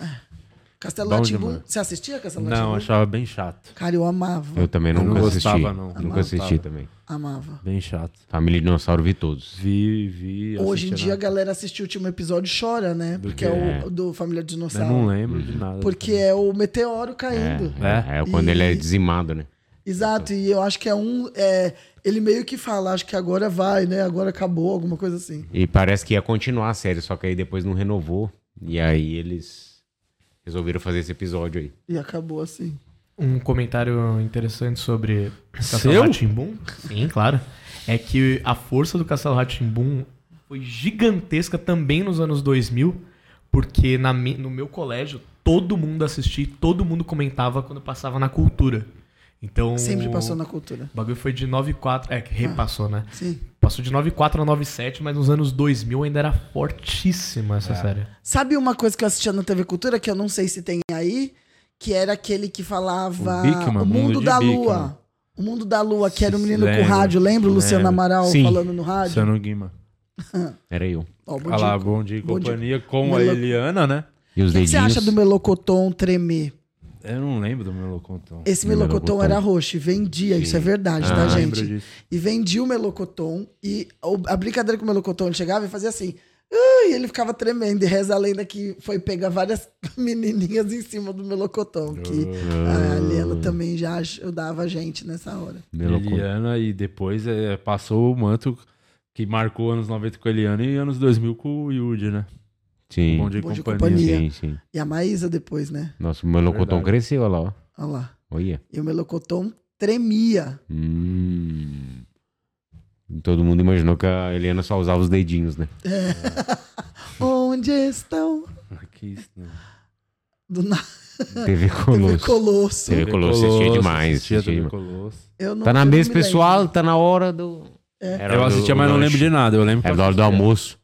Castelo Bom Latimbu. demais. Você assistia Castelo Não, Rá-Tim-Bum? achava bem chato. Cara, eu amava. Eu também Eu nunca não gostava, assisti. não. Nunca Amava. assisti também. Amava. Bem chato. Família Dinossauro vi todos. Vi, vi. Hoje em assisti dia a nada. galera assiste o último episódio e chora, né? Porque quê? é o do Família Eu não Dinossauro. lembro de nada. Porque é o meteoro caindo. É, é quando E- ele é dizimado, né? Exato, e eu acho que é um. é, ele meio que fala, acho que agora vai, né? Agora acabou, alguma coisa assim. E parece que ia continuar a série, só que aí depois não renovou. E aí eles resolveram fazer esse episódio aí. E acabou assim. Um comentário interessante sobre Seu? Castelo Ratimbum. Sim, claro. É que a força do Castelo Ratimbum foi gigantesca também nos anos 2000, porque na mi- no meu colégio todo mundo assistia, e todo mundo comentava quando passava na cultura. Então, Sempre passou na cultura. Ah, O bagulho foi de 94, é que repassou, né? Sim. Passou de 94 a 97, mas nos anos 2000 ainda era fortíssima essa série. Sabe uma coisa que eu assistia na TV Cultura, que eu não sei se tem aí, que era aquele que falava O Bickman, Mundo O Mundo de da Bickman. Lua. O Mundo da Lua, que era o Se- menino lembro, com rádio, lembra? O Luciano lembro. Amaral Sim. falando no rádio. Luciano Guima. Era eu. Ó, bom Olha lá, dia. Bom Dia e Bom Dia. Companhia com a Melo- Eliana, né? E os O que que dedinhos. você acha do Melocoton tremer? Eu não lembro do Melocontão. Esse Melocoton. melocoton era roxo, e vendia, isso é verdade, Ah, tá, lembro gente? disso. E vendia o melocoton, e o- a brincadeira com o melocoton, ele chegava e fazia assim, "Ai", e ele ficava tremendo, e reza a lenda que foi pegar várias menininhas em cima do melocoton, que a Liana Ah. também já ajudava a gente nessa hora. Né? Melocotão. Eliana e depois eh, passou o manto que marcou anos 90 com a Eliana e anos 2000 com o Yudi, né? Sim. Bom Dia e Bom Dia e Companhia. Companhia. Sim, sim. E a Maísa depois, né? Nossa, o melocotão Verdade. cresceu, olha lá, ó. Olha lá. Olha. E o melocoton tremia. Hum. Todo mundo imaginou que a Helena só usava os dedinhos, né? É. Onde estão? Aqui, isso não. Do nada, TV TV Colosso. Colosso. TV Colosso, assistia demais. Assistia assistia TV demais. Colosso. Eu não- Tá na eu não mesa, me lembro. É. pessoal, tá na hora do... Era Eu assistia, mas não lembro de nada. Eu lembro Era da hora do almoço.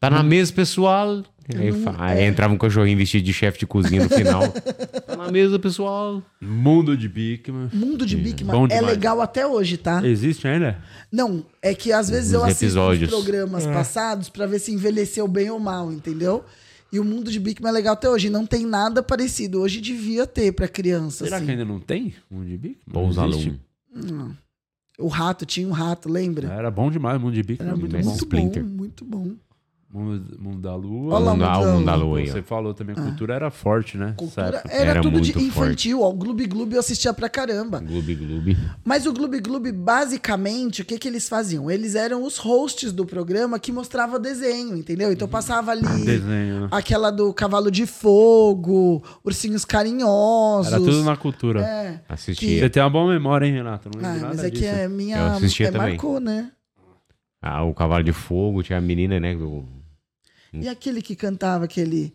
Tá na mesa, pessoal, Aí, fa- aí entrava um cachorrinho vestido de chefe de cozinha no final. tá na mesa, pessoal. Mundo de Bigman. Mundo de Big bom Man é demais. É. legal até hoje, tá? Existe ainda? Não, é que às vezes eu Nos assisto episódios. os programas passados pra ver se envelheceu bem ou mal, entendeu? E o mundo de Bigman é legal até hoje. Não tem nada parecido. Hoje devia ter pra criança. Será assim. Hum. que ainda não tem? Mundo de Bigman? Bons alunos. O rato tinha um rato, lembra? Era bom demais, Mundo de Bigman. Era muito, Mestre muito bom, Splinter. muito bom. Mundo, Mundo da Lua. Olha lá, Mundo da- mudando. o mundo da lua aí, ó. Você falou também, a cultura era forte, né? Ah. Cultura Sabe? era, Era tudo de muito forte. infantil, ó. O Gloob Gloob eu assistia pra caramba. Gloob Gloob. Mas o Gloob Gloob, basicamente, o que, que eles faziam? Eles eram os hosts do programa que mostrava desenho, entendeu? Então passava ali Desenho, né? aquela do Cavalo de Fogo, Ursinhos Carinhosos. Era tudo na cultura. É. Você Assistia. tem uma boa memória, hein, Renato? Não lembro Ah, nada mas é que disso. é minha. Eu assistia é, também. Marcou, né? Ah, o Cavalo de Fogo, tinha a menina, né? do- E aquele que cantava aquele.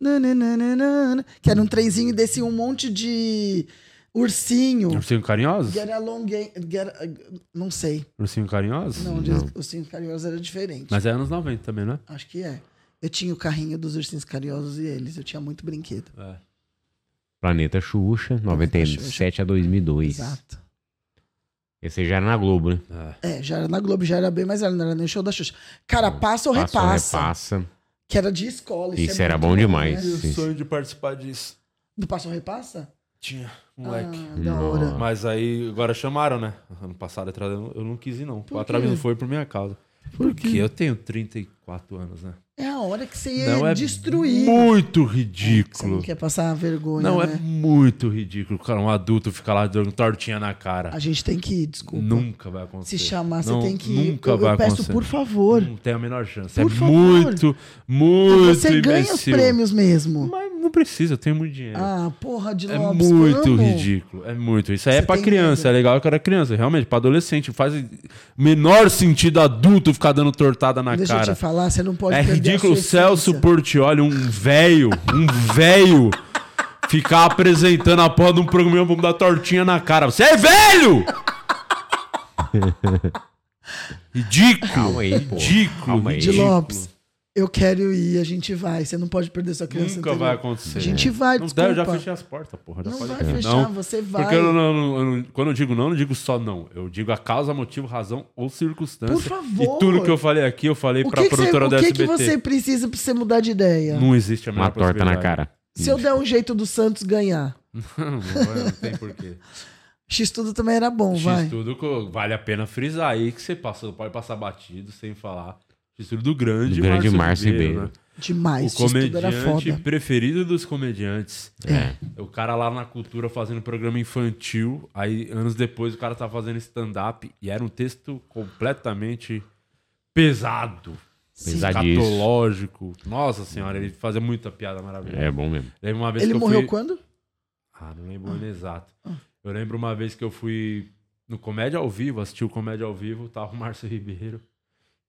nananana, Que era um trenzinho e descia um monte de ursinho. Ursinho Carinhoso? Get along. Get, não sei. Ursinho Carinhoso? Não, diz que os ursinhos carinhosos era diferente. Mas é anos 90 também, né? Acho que é. Eu tinha o carrinho dos ursinhos carinhosos e eles. Eu tinha muito brinquedo. Planeta Xuxa, 97 a 2002. Exato. Esse aí já era na Globo, né? É, já era na Globo, já era bem mais velho, não era nem show da Xuxa. Cara, passa ou Passa ou repassa? repassa. Que era de escola. Isso é era muito bom demais. né? Sim, sim. de participar disso. Do passa ou repassa? Tinha, Ah, da hora. Mas aí, agora chamaram, né? Ano passado, atrás, eu não- eu não quis ir, não. Por a Travis quê? não foi por minha causa. Por Porque eu tenho 34 anos, né? É a hora que você ia não é destruir. muito Você não ridículo. quer passar vergonha, Não, é né? muito ridículo, cara. Um adulto ficar lá dando tortinha na cara. A gente tem que ir, desculpa. Nunca vai acontecer. Se chamar, você Não, tem que ir. Nunca eu, eu vai peço, acontecer. por favor. Não tem a menor chance. Por é favor. muito, muito você ganha os imbecil. prêmios mesmo. Mas não precisa, eu tenho muito dinheiro. Ah, porra de É Lopes. muito amo. ridículo, é muito. Isso aí é Você pra tem criança, medo. é legal que era criança, realmente, pra adolescente. Faz menor sentido adulto ficar dando tortada na Deixa eu cara. te falar, você não pode É perder a ridículo o sua Celso essência. Portioli, um velho, um velho, ficar apresentando a porra de um programa pra dar tortinha na cara. Você é velho! Ridículo! Calma aí, pô. ridículo, Calma aí. De ridículo. Lopes, eu quero ir, a gente vai. Você não pode perder sua criança Nunca interior. vai acontecer. A gente vai, Não desculpa. dá, eu já fechei as portas, porra. Já Não falei vai que fechar, não. você vai. Porque eu não- não- eu não- quando eu digo não, eu não digo só não. Eu digo a causa, motivo, razão ou circunstância. Por favor. E tudo que eu falei aqui, eu falei O pra que, que, você, produtora o da que, que SBT. você precisa pra você mudar de ideia? Não existe a menor Uma torta na possibilidade. cara. Se eu der um jeito do Santos ganhar. Não, não tem porquê. X-Tudo também era bom, vai. X tudo co- vale a pena frisar aí que você passa, pode passar batido sem falar. X tudo do grande, Do grande Márcio né? Ribeiro. Demais, o X-Tudo era comediante foda. preferido dos comediantes. É. O cara lá na cultura fazendo programa infantil. Aí, anos depois, o cara tá fazendo stand-up. E era um texto completamente pesado. Pesadíssimo. Escatológico. Nossa senhora, ele fazia muita piada maravilhosa. É bom mesmo. Lembro uma vez Ele que eu morreu fui... quando? Ah, não lembro o ano exato. Ah. Eu lembro uma vez que eu fui no Comédia ao Vivo, assisti o Comédia ao Vivo, tava o Márcio Ribeiro.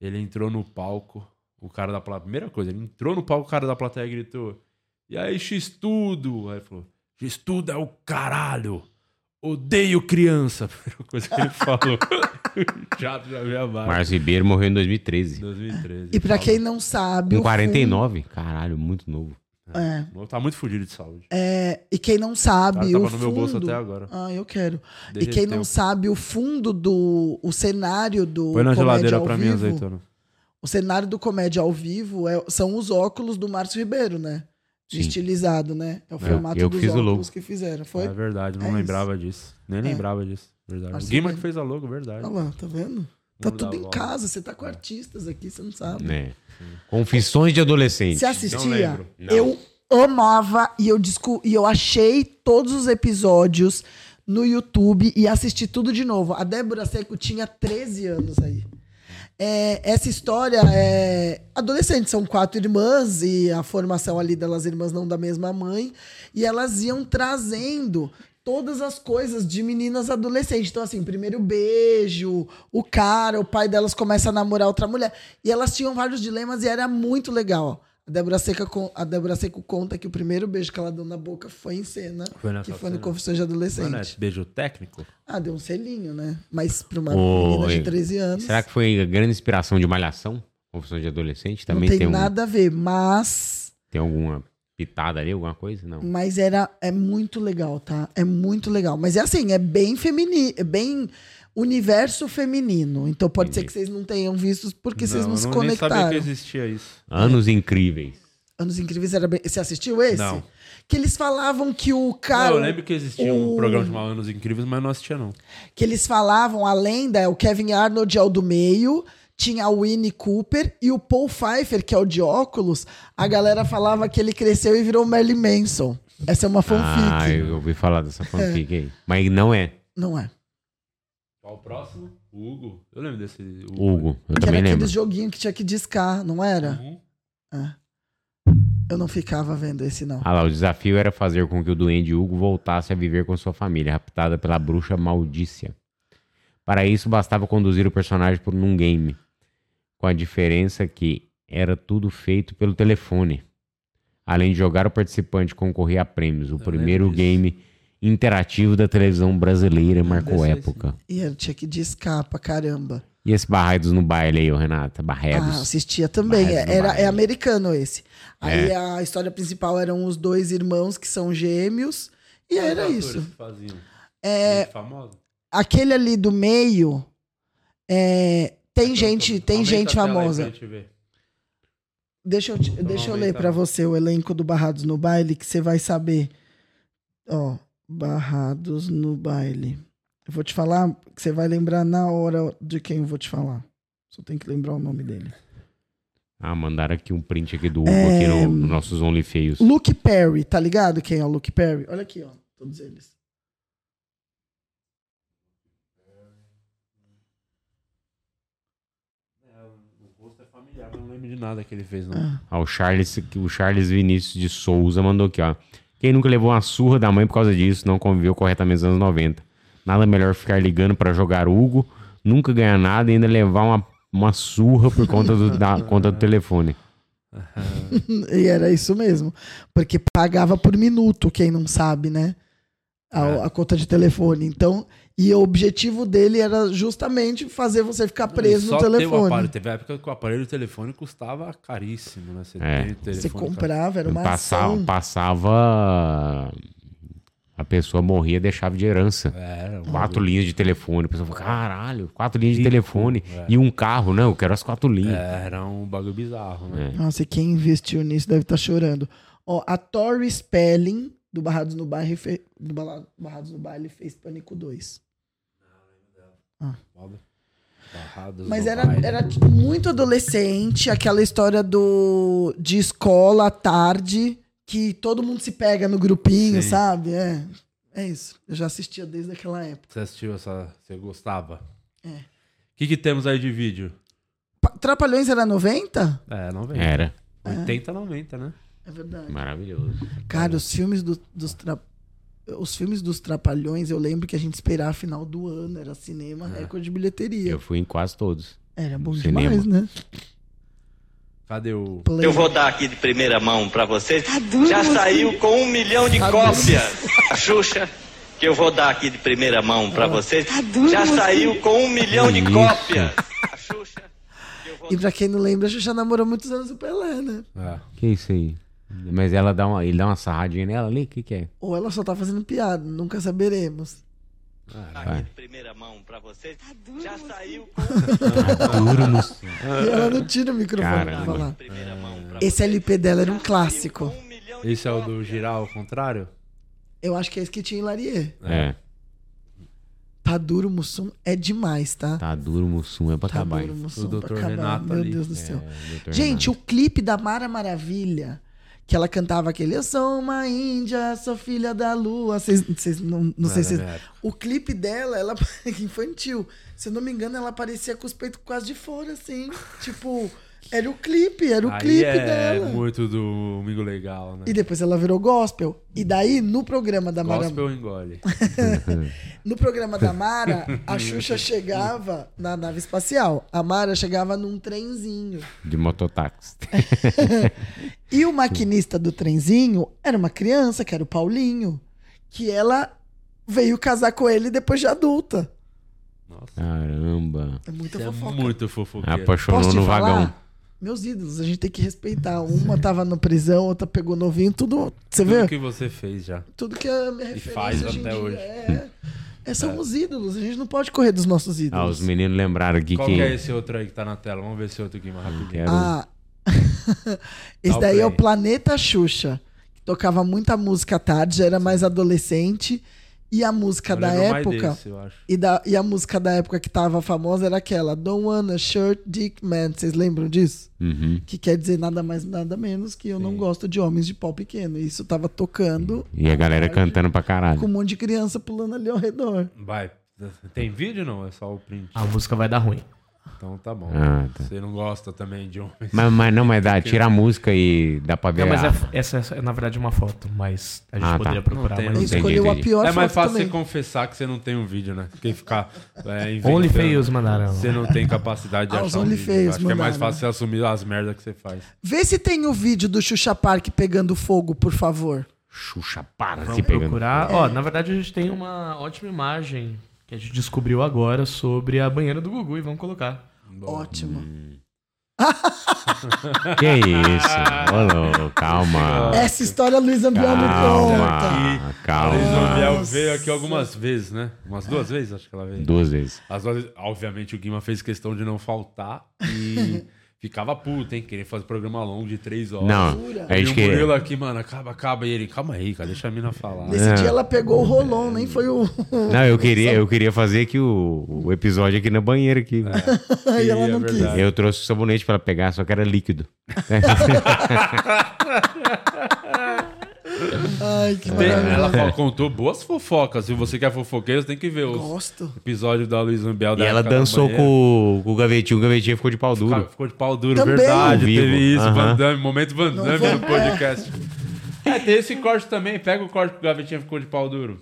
Ele entrou no palco, o cara da plateia. Primeira coisa, ele entrou no palco, o cara da plateia gritou: E aí, X tudo? Aí ele falou: X tudo é o caralho! Odeio criança! Primeira coisa que ele falou. O Teatro já veio abaixo. Márcio Ribeiro morreu em 2013. 2013. E pra Fala. quem não sabe. Com o 49? Caralho, muito novo. É. Tá muito fudido de saúde. É, e quem não O cara sabe. tava o no meu bolso fundo- até agora. Ah, eu quero. E Derreteu. quem não sabe, o fundo do. O cenário do. Põe na Comédia geladeira ao pra mim, vivo, azeitona. O cenário do comédia ao vivo é- são os óculos do Márcio Ribeiro, né? Sim. Estilizado, né? É o formato eu dos fiz o logo. óculos que fizeram. Foi? É verdade, É não isso. É. lembrava disso. Nem lembrava disso. é Verdade. Mas o Guima sim. que fez a logo, verdade. Olha lá, tá vendo? Tá Mundo da tudo em Volta. casa, você tá com artistas aqui, você não sabe. Né? Confissões de adolescente. Você assistia? lembro. Não. Eu amava e eu, discu e eu achei todos os episódios no YouTube e assisti tudo de novo. A Débora Seco tinha 13 anos aí. É, essa história é adolescente, são quatro irmãs e a formação ali delas irmãs não da mesma mãe, e elas iam trazendo todas as coisas de meninas adolescentes. Então assim, primeiro beijo, o cara, o pai delas começa a namorar outra mulher, e elas tinham vários dilemas e era muito legal. A Débora, Seca, con- a Débora Seco conta que o primeiro beijo que ela deu na boca foi em cena, Foi nessa que foi no cena. Confissões de Adolescente. Mano, é beijo técnico? Ah, deu um selinho, né? Mas pra uma Ô, menina e- de 13 anos, Será que foi a grande inspiração de Malhação? Confissão de adolescente? Também não tem, tem, um- nada a ver, mas... tem alguma pitada ali, alguma coisa? Não. Mas era, é muito legal, tá? É muito legal. Mas é assim, é bem feminino, é bem universo feminino. Então pode ser que vocês não tenham visto porque vocês não se eu nem sabia que conectaram. existia isso. Anos incríveis. Anos Incríveis era bem... Você assistiu esse? Não. Que eles falavam que o Não, cara... eu lembro que existia um o- programa chamado Anos Incríveis, mas não assistia, não. que eles falavam, a lenda é o Kevin Arnold é o do meio, tinha o Winnie Cooper e o Paul Pfeiffer, que é o de óculos, a galera falava que ele cresceu e virou Merlin Manson. Essa é uma fanfic. Ah, eu ouvi falar dessa fanfic aí. Mas não é. Não é. Qual o próximo? O Hugo. Eu lembro desse Hugo, eu Que era também lembro. aquele joguinho que tinha que discar, não era? Uhum. É. Eu não ficava vendo esse, não. Ah lá, o desafio era fazer com que o duende Hugo voltasse a viver com sua família, raptada pela bruxa maldícia. Para isso, bastava conduzir o personagem por um game, com a diferença que era tudo feito pelo telefone. Além de jogar, o participante concorria a prêmios, o primeiro lembro disso. game interativo da televisão brasileira marcou desse aí, época. E eu tinha que discar pra caramba. E esse Barredos no baile aí, é ô Renata? ah, Barredos. assistia também. Mas É, não era, vai. é americano esse. Aí É. a história principal eram os dois irmãos que são gêmeos. E era isso. Faziam. É, Muito famoso. aquele ali do meio é, tem gente tem Aumenta gente a tela aí pra famosa gente ver. deixa eu, te- deixa eu ler aumentar. pra então. você o elenco do Barrados no baile que você vai saber ó Barrados no baile eu vou te falar que você vai lembrar na hora de quem eu vou te falar só tem que lembrar o nome dele Ah, mandaram aqui um print aqui do Hugo, É, aqui no- nos nossos Only Feios. Luke Perry tá ligado quem é o Luke Perry olha aqui ó todos eles Eu não lembro de nada que ele fez, não. Ah, o Charles, o Charles Vinícius de Souza mandou aqui, ó. Quem nunca levou uma surra da mãe por causa disso, não conviveu corretamente nos anos 90. Nada melhor ficar ligando pra jogar Hugo, nunca ganhar nada e ainda levar uma, uma surra por conta do, da conta do telefone. e era isso mesmo porque pagava por minuto quem não sabe né a, É. a conta de telefone então e o objetivo dele era justamente fazer você ficar preso Só no ter O telefone aparelho. Teve época que o aparelho telefone custava caríssimo, né? Você, É. tem telefone você comprava era uma Passava, ação passava. A pessoa morria deixava de herança. Era, um Quatro linhas de telefone. A pessoa fala, caralho, quatro linhas de telefone. E um carro, não, eu quero as quatro linhas. é." É. era um bagulho bizarro, né? nossa e quem investiu nisso deve estar chorando ó a Tori Spelling do Barrados no Baile fe- do Bala- Barrados no Baile fez Pânico 2 Foda. Barrados Ah. Mas no era, baile. era tipo, muito adolescente, aquela história do de escola à tarde, que todo mundo se pega no grupinho, Sim. sabe? É, é isso. Eu já assistia desde aquela época. Você assistiu essa. Você gostava? É. O que, que temos aí de vídeo? Pa- Trapalhões era 90? É, 90. Era. 80, 90, né? É verdade. Maravilhoso. Cara, os filmes do- dos tra... os filmes dos Trapalhões, eu lembro que a gente esperava a final do ano, era cinema, É. recorde de bilheteria. Eu fui em quase todos. Era bom cinema. demais, né? Cadê o. Play. Eu vou dar aqui de primeira mão pra vocês. Já saiu com um milhão de cópias. Xuxa, que eu vou dar aqui de primeira mão Ah. pra vocês. Já saiu com um milhão de Isso. cópias. Xuxa. E pra quem não lembra, a Xuxa namorou muitos anos o Pelé, né? É. Ah. Que isso aí? Mas ela dá uma, ele dá uma sarradinha nela ali? O que, que é? Ou ela só tá fazendo piada, nunca saberemos. Ah, Aqui de primeira mão pra vocês. Já saiu com é Duro no... E ela não tira o microfone Caramba. pra falar. primeira mão pra Esse LP dela era um clássico. um milhão de Esse é o do girar ao contrário? Eu acho que é esse que tinha em Larier. É, Tá duro, Mussum é demais, tá? tá duro Mussum, é pra Tá acabar. duro, hein? Mussum. O pra Dr. acabar. Renato Meu ali. Deus do céu. É, doutor Gente, Renato. o clipe da Mara Maravilha, que ela cantava aquele Eu sou uma índia, sou filha da lua. Vocês, vocês não, não sei se. Era vocês- minha época. O clipe dela, ela infantil. Se eu não me engano, ela parecia com os peitos quase de fora, assim. Tipo, Era o clipe, era o Aí clipe é dela. muito do Amigo Legal, né? E depois ela virou gospel. E daí, no programa da Mara. Gospel engole. No programa da Mara, a Xuxa chegava na nave espacial. A Mara chegava num trenzinho. De mototáxi. E o maquinista do trenzinho era uma criança, que era o Paulinho, que ela veio casar com ele depois de adulta. Caramba. É muita É fofoca. muito fofoqueiro. Apaixonou te no falar? vagão. Meus ídolos, a gente tem que respeitar. Uma tava na prisão, outra pegou novinho, tudo. Você Tudo vê? que você fez já. Tudo que é a minha referência faz hoje em até dia hoje. É, é, são os ídolos, a gente não pode correr dos nossos Ah, os ídolos. meninos lembraram aqui Qual que. que é esse outro aí que tá na tela? Vamos ver esse outro aqui mais rapidinho. Quero- Ah, esse Tá Dá o daí é o play. Planeta Xuxa, que tocava muita música à tarde, já era mais adolescente. E a música Eu da lembro mais época. desse, eu acho. E, da, e a música da época que tava famosa era aquela Don't Wanna Shirt Dick Man. Vocês lembram disso? Uhum. Que quer dizer nada mais, nada menos que eu não gosto de homens de pau pequeno. E isso tava tocando E a galera cantando pra caralho. com um monte de criança pulando ali ao redor. Vai. Tem vídeo ou não? É só o print. A música vai dar ruim. Então tá bom. Ah, tá. Você não gosta também de homens. Mas, mas não, mas dá, tira a música e dá pra ver. Não, mas a- é f- essa, essa é, na verdade, uma foto, mas a gente Ah, tá. poderia procurar. tem, mas ah. não E não Entendi, tem. escolheu a entendi. pior É mais foto fácil também. você confessar que você não tem um vídeo, né? Que ficar é, inventando. Only feios mandaram. Você não tem capacidade de Ah, os achar um only vídeo. feios, Acho que é mais mandaram. fácil você assumir as merdas que você faz. Vê se tem o vídeo do Xuxa Park pegando fogo, por favor. Xuxa, para se Vamos pegando. procurar. É. Ó, na verdade, a gente tem uma ótima imagem que a gente descobriu agora sobre a banheira do Gugu e vamos colocar. Ótimo. Que é isso? Ô, louco, calma. Essa história a Luiz Ambiel me conta. Calma, calma. Isabel veio aqui algumas vezes, né? Umas duas vezes, acho que ela veio. Duas vezes. As duas- obviamente o Guima fez questão de não faltar e ficava puto, hein? Queria fazer programa longo de três horas. Não, a E gente o que. Murilo aqui, mano, acaba, acaba. E ele, calma aí, cara, deixa a mina falar. Nesse É. dia ela pegou o Rolon, nem foi o. Não, eu queria, eu queria fazer aqui o, o episódio aqui na banheira aqui. e ela E não é quis. verdade. Eu trouxe o sabonete pra ela pegar, só que era líquido. Ai, que Tem- maravilha. ela fa- contou boas fofocas. Se você quer fofoqueiro, você tem que ver os Gosto. episódios da Luiz Ambiel. E ela dançou com, o- com o gavetinho, o gavetinho ficou de pau duro. Ficou de pau duro, Também. verdade. Ao vivo, Teve isso, aham. Van Damme, momento Van Não Damme foi- no podcast. É, tem esse corte também. Pega o corte que o Gavetinha ficou de pau duro.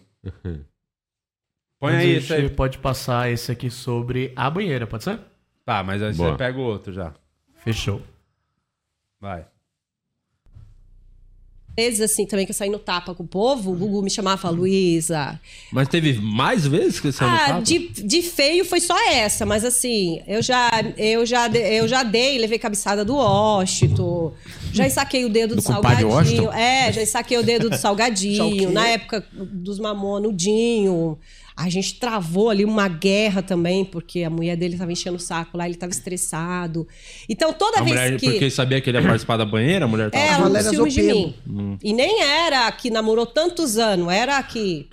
Põe Mas aí a isso gente aí. pode passar esse aqui sobre a banheira, pode ser? Tá, mas aí Boa. você pega o outro já. Fechou. Vai. vezes, assim, também que eu saí no tapa com o povo, o Gugu me chamava Luísa. Mas teve mais vezes que você Ah, de, de feio foi só essa, mas assim, eu já, eu já, de- eu já dei, levei cabeçada do Washington, já saquei o dedo do, compadre salgadinho. É, já saquei o dedo do Já o quê? salgadinho. Na época dos mamonudinho. A gente travou ali uma guerra também, porque a mulher dele tava enchendo o saco lá, ele tava estressado. Então, toda A vez mulher, que. porque sabia que ele ia participar da banheira, a mulher tava... É, A ela não Valéria ciúme de Zopello. mim. E nem era a que namorou tantos anos, era a que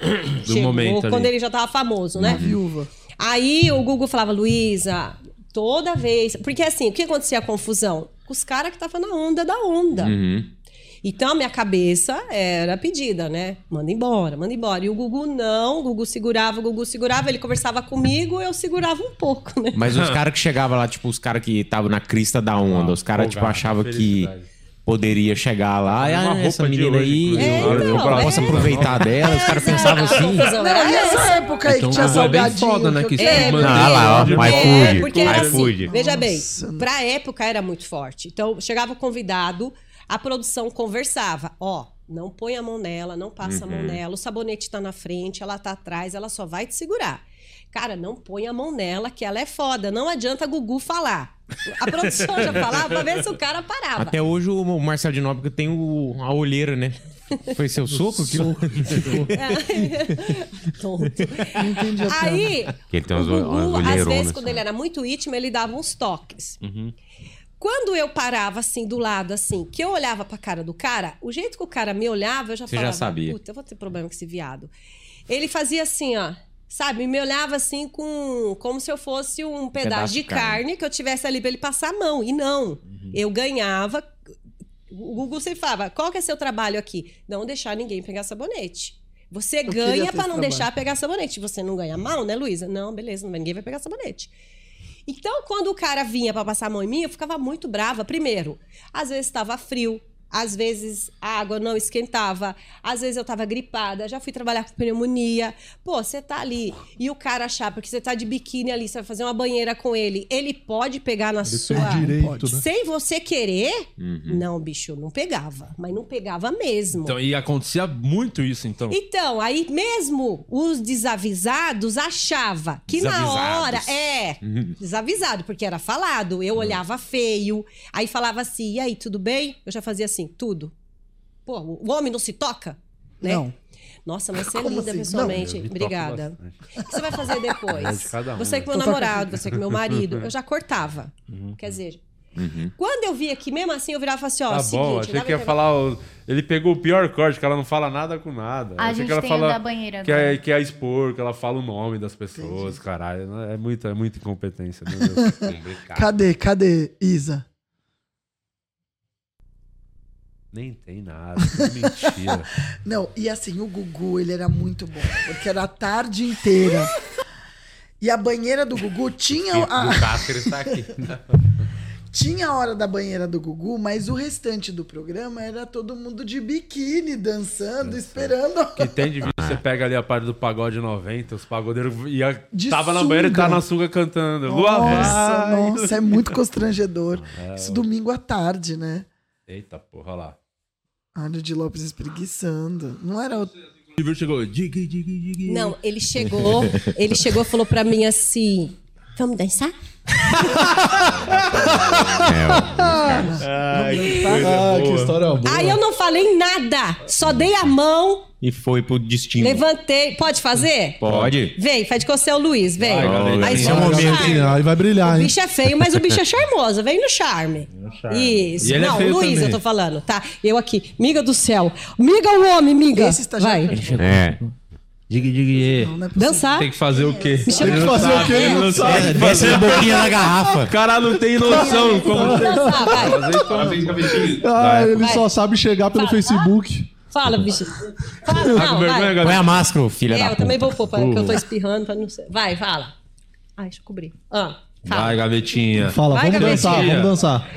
chegou momento ali. quando ele já tava famoso, né? Uhum. Viúva. Aí o Google falava, Luísa, toda vez. Porque assim, o que acontecia a confusão? Os caras que estavam na onda da onda. Uhum. Então a minha cabeça era pedida, né? Manda embora, manda embora. E o Gugu não, o Gugu segurava, o Gugu segurava, ele conversava comigo, eu segurava um pouco, né? Mas os caras que chegavam lá, tipo, os caras que estavam na crista da Ah, onda, os caras, tipo, Folgado, achavam que felicidade. poderia chegar lá. Uma Ah, roupa essa de menina hoje, aí, inclusive. É, eu então, posso é. aproveitar dela. Os caras pensavam A assim. confusão Não, era e essa. essa época Então Então, ah, aí que tinha Google é bem salgadinho. foda, né, que eu- que- Mantém É, porque- Ah lá, ó, de- é, iFood, porque era assim, iFood. veja bem, Nossa. pra época era muito forte. Então, chegava o convidado, a produção conversava, ó, não põe a mão nela, não passa Uhum. a mão nela, o sabonete tá na frente, ela tá atrás, ela só vai te segurar. Cara, não põe a mão nela, que ela é foda, não adianta Gugu falar. A produção já falava pra ver se o cara parava. Até hoje o Marcelo de Nóbrega tem o, a olheira, né? Foi seu soco que o... É. Tonto. Não entendi a piada. Aí, Que ele tem o umas Gugu, ol- umas às olheironas, vezes, quando né? ele era muito íntimo, ele dava uns toques. Uhum. Quando eu parava, assim, do lado, assim, que eu olhava pra cara do cara, o jeito que o cara me olhava, eu já Você já falava... sabia. Puta, eu vou ter problema com esse viado. Ele fazia assim, ó... Sabe, me olhava assim com como se eu fosse um pedaço, pedaço de de carne. Uhum. carne. que eu tivesse ali pra ele passar a mão. E não, eu ganhava. O Gugu sempre falava: qual que é seu trabalho aqui? Não deixar ninguém pegar sabonete. Você queria ter ganha esse pra não trabalho. deixar pegar sabonete. Você não ganha mal, né, Luísa? Não, beleza, não vai- ninguém vai pegar sabonete. Então, quando o cara vinha pra passar a mão em mim, eu ficava muito brava. Primeiro, às vezes estava frio, às vezes a água não esquentava, às vezes eu estava gripada, já fui trabalhar com pneumonia. Pô, você tá ali e o cara achar, porque você tá de biquíni ali, você vai fazer uma banheira com ele, ele pode pegar na Ele sua. tem direito, né? Sem você querer? Uhum. Não, bicho, não pegava. Mas não pegava mesmo. Então, e acontecia muito isso, então. Então, aí mesmo os desavisados achava que na Desavisados. hora é Uhum. desavisado, porque era falado, eu olhava feio, aí falava assim: "E aí, tudo bem?" Eu já fazia assim, tudo. Pô, o homem não se toca, né? Não. Nossa, mas você é Como linda assim? pessoalmente. Não, eu me toco Obrigada. O que você vai fazer É de depois? cada um, você né? que é meu Então toca namorado, aqui. você que é meu marido. Uhum. Eu já cortava. Quer dizer, quando eu via que mesmo assim eu virava e é falava assim, ó, Tá seguinte, bom, achei dava que ia intervalo- falar. o- Ele pegou o pior corte, que ela não fala nada com nada. A achei gente que ela tem o fala da banheira Que agora. é, que é expor, que ela fala o nome das pessoas, caralho. É muita, é muita incompetência, meu Deus. é Cadê, cadê, Isa? Nem tem nada. tudo mentira. Não, e assim, o Gugu, ele era muito bom, porque era a tarde inteira. E a banheira do Gugu tinha E a, O Cáceres tá aqui. tinha a hora da banheira do Gugu, mas o restante do programa era todo mundo de biquíni, dançando, esperando. a- que tem de vídeo, você pega ali a parte do pagode 90, os pagodeiros ia, De tava na banheira e sunga. tá na sunga cantando. Lua Nossa, vai. nossa, é muito constrangedor. né? É, Isso o- domingo à tarde, né? Eita porra, olha lá. Arno de Lopes espreguiçando. Não era o... O chegou. Dig, dig, dig. Não, ele chegou, ele chegou e falou pra mim assim: Vamos dançar? É, Ai, que ah, que história boa. Aí eu não falei nada, só dei a mão, E foi pro destino. levantei. Pode fazer? Pode. Vem, faz de que você é o Luiz, vem. Vai, galera. Mas Esse é o o momento, charme. Sim, Aí vai brilhar, O hein? bicho é feio, mas o bicho é charmoso, vem no charme. Isso. E ele é não, feio Luiz, também. eu tô falando, tá? Eu aqui, miga do céu. Miga o homem, miga. Esse está já- Vai. É. Dig, dig. tá? Dançar. Tem que fazer o quê? Me chama Tem que de- fazer o quê? Ele não sabe. Desce a boquinha na garrafa. O cara não tem noção como. Dançar, vai. Ah, ele Vai. só sabe chegar pelo Facebook. Fala, bicho. Fala, não, vai. Põe a máscara, filha É, da eu também vou puta. pôr, pra- porque eu tô espirrando pra não ser. Vai, fala. Ai, deixa eu cobrir. Ah, fala. Vai, gavetinha. Fala, Vai, vamos dançar, gavetinha. vamos dançar.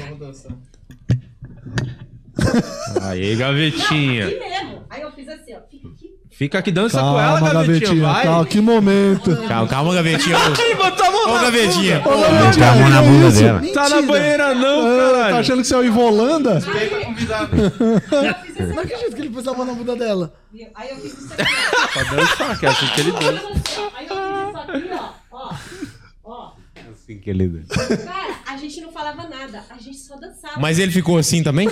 Aí, gavetinha. Aqui mesmo. Aí eu fiz assim, ó. Fica aqui. Fica aqui, dança com Calma, ela, gavetinha. gavetinha. vai. Calma, que momento. Calma, calma, gavetinha. Ele botou a mão Ô, na gavetinha. bunda. Meteu a mão na bunda dela. Tá na banheira não, Ah, tá caralho. achando que você é o Ivolanda? Não acredito que ele pôs a mão na bunda dela. Aí eu fiz isso aqui. Pra dançar, que é assim que ele Aí eu dança. fiz isso aqui, ó. Ó. Ó. Assim que ele- Cara, a gente não falava nada. A gente só dançava. Mas ele ficou assim também?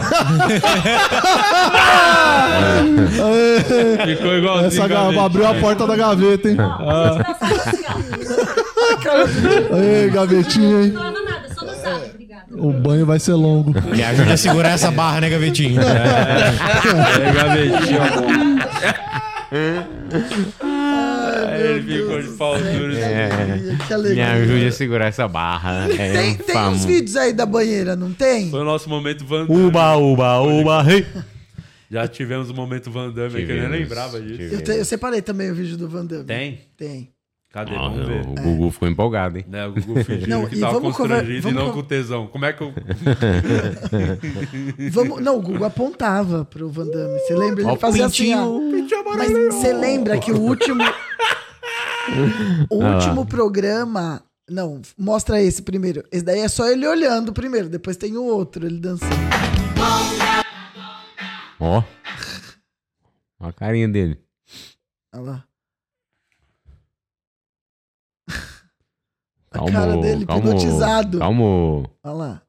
Ah! Ficou igualzinho. Essa ga- gavetinha. abriu a porta da gaveta, hein? Ah. A gente dançava assim, ó. Ei, gavetinha, hein? Não falava nada, só dançava. Obrigada. O banho vai ser longo. Me ajuda a segurar essa barra, né, gavetinha? É, gavetinha. Ah, ele ficou de pau É. duro. É. Que Me alegria. ajude a segurar essa barra. É Tem, tem uns vídeos aí da banheira, não tem? Foi o nosso momento Van Damme. Uba, uba, uba, rei. Já tivemos o momento Van Damme, que eu Tivemos, nem lembrava disso. tivemos. Eu, te- eu separei também o vídeo do Van Damme. Tem? Tem. Cadê? Ah, vamos ver. o Gugu ficou empolgado, hein? Né, o Gugu fingindo É. Não, que e tava vamos conver- constrangido e vamos não con- com tesão. Como é que eu... Vamos, não, o Gugu apontava pro Van Damme. Você lembra? Ele Ó o fazia assim, ó. Mas você lembra que o último. o último programa. Não, mostra esse primeiro. Esse daí é só ele olhando primeiro, depois tem o outro, ele dançando. Ó. Ó a carinha dele. Olha lá. A Calmo, cara dele, calmo, hipnotizado. Calmo, Olha lá.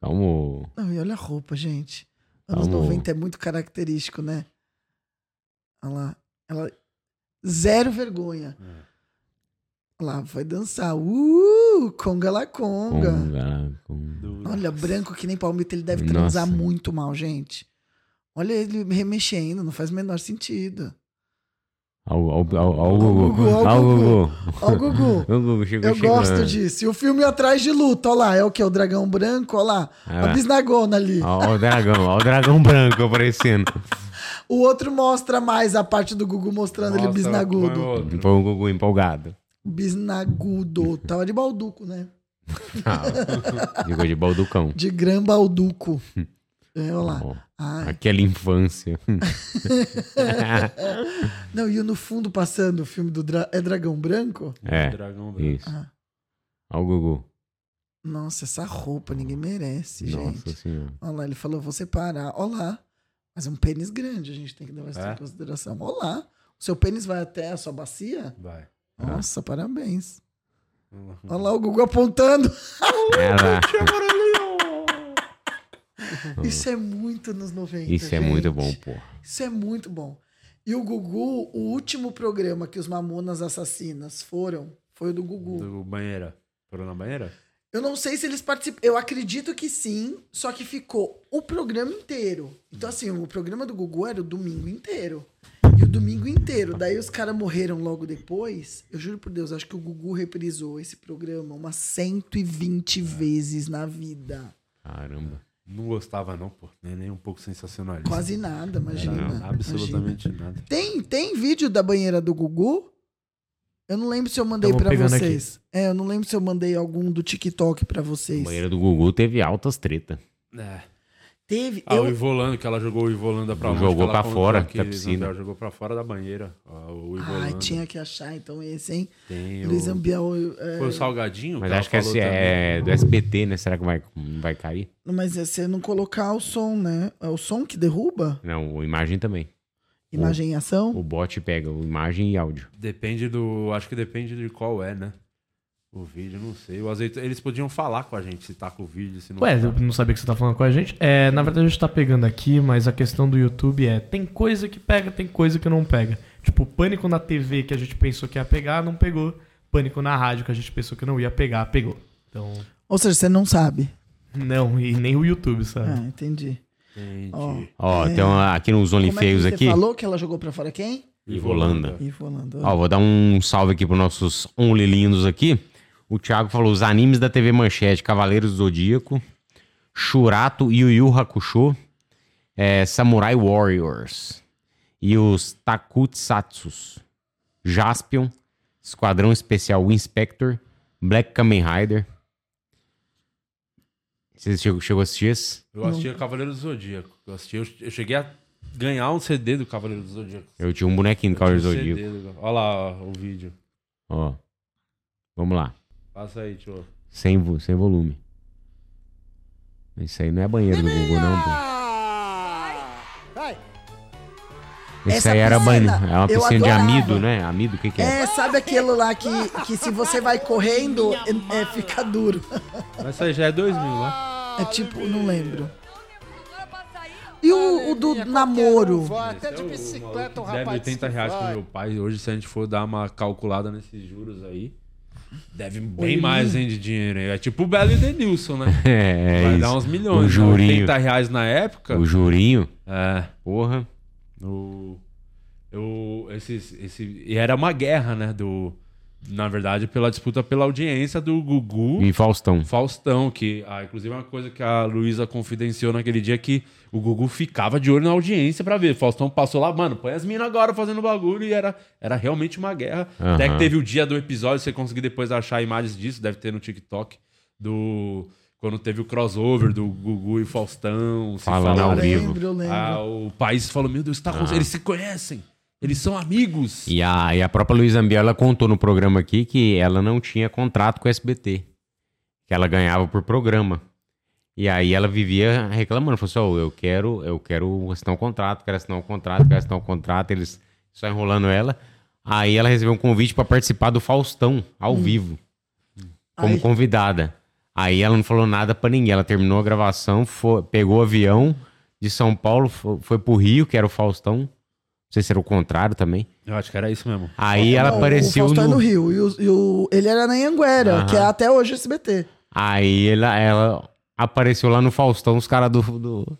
calmo. Não, e olha a roupa, gente. Anos Amor. 90 é muito característico, né? Olha lá. Ela... Zero vergonha. É. Olha lá, vai dançar. Uh, conga la conga. Conga, conga. Olha, branco que nem palmito, ele deve Nossa. transar muito mal, gente. Olha ele remexendo, não faz o menor sentido. Ó o- ó o- ó o- ó o Gugu, Gugu. ó o Ó o Gugu. Gugu. Ó o Gugu. O Gugu chegou Eu chegando. gosto disso. E o filme atrás de luta, olha lá, é o que? O dragão branco, olha lá. Ah, a bisnagona ali. Ó, ó o dragão, ó o dragão branco aparecendo. O outro mostra mais a parte do Gugu mostrando ele Nossa, bisnagudo. põe outro. Foi o Gugu um empolgado. Bisnagudo. Tava de balduco, né? Jogou de balducão. De Gran Balduco. Hum. É, olha Ó, lá. Ai. Aquela infância. Não, e o no fundo passando o filme do Dra- é Dragão Branco? é. Isso. Ah, Ó o Gugu. nossa, essa roupa ninguém merece, Nossa gente. senhora. Olha lá, ele falou, vou separar. Olha lá. Mas é um pênis grande, a gente tem que levar isso É? em consideração. Olha lá. O seu pênis vai até a sua bacia? Vai. Nossa, parabéns. Uhum. Olha lá o Gugu apontando. É lá. Isso é muito nos 90. Isso é gente. muito bom, pô. Isso é muito bom. E o Gugu, o último programa que os Mamonas Assassinas foram, foi o do Gugu. Do banheira. Foram na banheira? Eu não sei se eles participaram. Eu acredito que sim, só que ficou o programa inteiro. Então, assim, o programa do Gugu era o domingo inteiro. E o domingo inteiro. Daí os caras morreram logo depois. Eu juro por Deus, acho que o Gugu reprisou esse programa umas 120 vezes na vida. Caramba. Não gostava, não, pô. Nem, nem um pouco sensacionalista. Quase nada, imagina. Não, absolutamente nada. Tem, tem vídeo da banheira do Gugu? Eu não lembro se eu mandei Tamo pra pegando vocês. É, eu não lembro se eu mandei algum do TikTok pra vocês. Banheiro do Gugu teve altas treta. É. Teve. Ah, o eu... Ivolando, que ela jogou o Ivolanda pra onde? Jogou que ela pra contou fora, que pra piscina. Isabel jogou pra fora da banheira. ó, o Ivolanda. Ai, tinha que achar então esse, hein? Tem Luiz o- Ambiel. é, Foi o Salgadinho? Mas ela acho que falou esse é também? do SBT, né? Será que vai, vai cair? Mas é você não colocar o som, né? É o som que derruba? Não, o imagem também. Imagem e ação? O bot pega o imagem e áudio. Depende do. Acho que depende de qual é, né? O vídeo, não sei. O azeite, eles podiam falar com a gente se tá com o vídeo, se não Ué, tá. eu não sabia que você tá falando com a gente. É, na verdade a gente tá pegando aqui, mas a questão do YouTube é: tem coisa que pega, tem coisa que não pega. Tipo, pânico na TV que a gente pensou que ia pegar, não pegou. Pânico na rádio que a gente pensou que não ia pegar, pegou. Então, Ou seja, você não sabe. não, e nem o YouTube, sabe? Ah, entendi. Ó, Ó, É. tem uma, aqui nos como é que OnlyFeios você aqui. falou que ela jogou pra fora quem? Ivolanda. Ivolanda. Ó, vou dar um salve aqui pros nossos Only lindos aqui. O Thiago falou os animes da TV Manchete, Cavaleiros do Zodíaco, Shurato e Yu Yu Hakusho, é, Samurai Warriors e os Takutsatsus, Jaspion, Esquadrão Especial Inspector, Black Kamen Rider. Você chegou, chegou a assistir esse? Eu assistia Cavaleiro do Zodíaco. Eu, assistia, eu, eu cheguei a ganhar um CD do Cavaleiro do Zodíaco. Eu tinha um bonequinho do Cavaleiro do Um CD Zodíaco. do- Olha lá ó, o vídeo. Ó, vamos lá. Passa aí, tio. Sem, vo- sem volume. Isso aí não é banheiro do Gugu, não, pô. Isso Essa aí era banheiro. piscina, É uma eu piscina de adorava. amido, né? Amido, o que, que é? É, sabe aquilo lá que, que se você vai correndo, é, é, fica duro. Mas isso aí já é 2000, né? É tipo, não lembro. E o, o do namoro? Tá até de bicicleta um o Deve rapaz. 80 reais pro meu pai. Hoje, se a gente for dar uma calculada nesses juros aí, deve bem Olha. mais, hein, de dinheiro. hein? É tipo o Belo e Denilson, né? É, é Vai isso. dar uns milhões. O né? jurinho. 80 reais na época. O jurinho. É. Porra. O, eu, esses, esse, e era uma guerra, né? Do, na verdade, pela disputa pela audiência do Gugu. E Faustão. Faustão, que ah, inclusive é uma coisa que a Luísa confidenciou naquele dia que o Gugu ficava de olho na audiência pra ver. Faustão passou lá, mano, põe as minas agora fazendo bagulho e era, era realmente uma guerra. Aham. Até que teve o dia do episódio, você conseguir depois achar imagens disso, deve ter no TikTok, do. Quando teve o crossover do Gugu e Faustão. se Falando falaram. ao vivo. Eu lembro, eu lembro. Ah, o país falou: Meu Deus, tá acontecendo. Ah. Eles se conhecem. Eles são amigos. E a, e a própria Luísa Ambiel, ela contou no programa aqui que ela não tinha contrato com o SBT. Que ela ganhava por programa. E aí ela vivia reclamando. Falou assim, "Ó, eu quero, eu quero assinar um contrato, quero assinar um contrato, quero assinar um contrato. Eles só enrolando ela. Aí ela recebeu um convite pra participar do Faustão, ao vivo. Como Ai. convidada. Aí ela não falou nada pra ninguém. Ela terminou a gravação, foi- pegou o avião de São Paulo, fo- foi pro Rio, que era o Faustão. Não sei se era o contrário também. Eu acho que era isso mesmo. Aí ela Não, apareceu O Faustão é no- no Rio. E, o, e o- ele era na Anhanguera, Aham. que é até hoje o SBT. Aí ela, ela apareceu lá no Faustão, os caras do. do...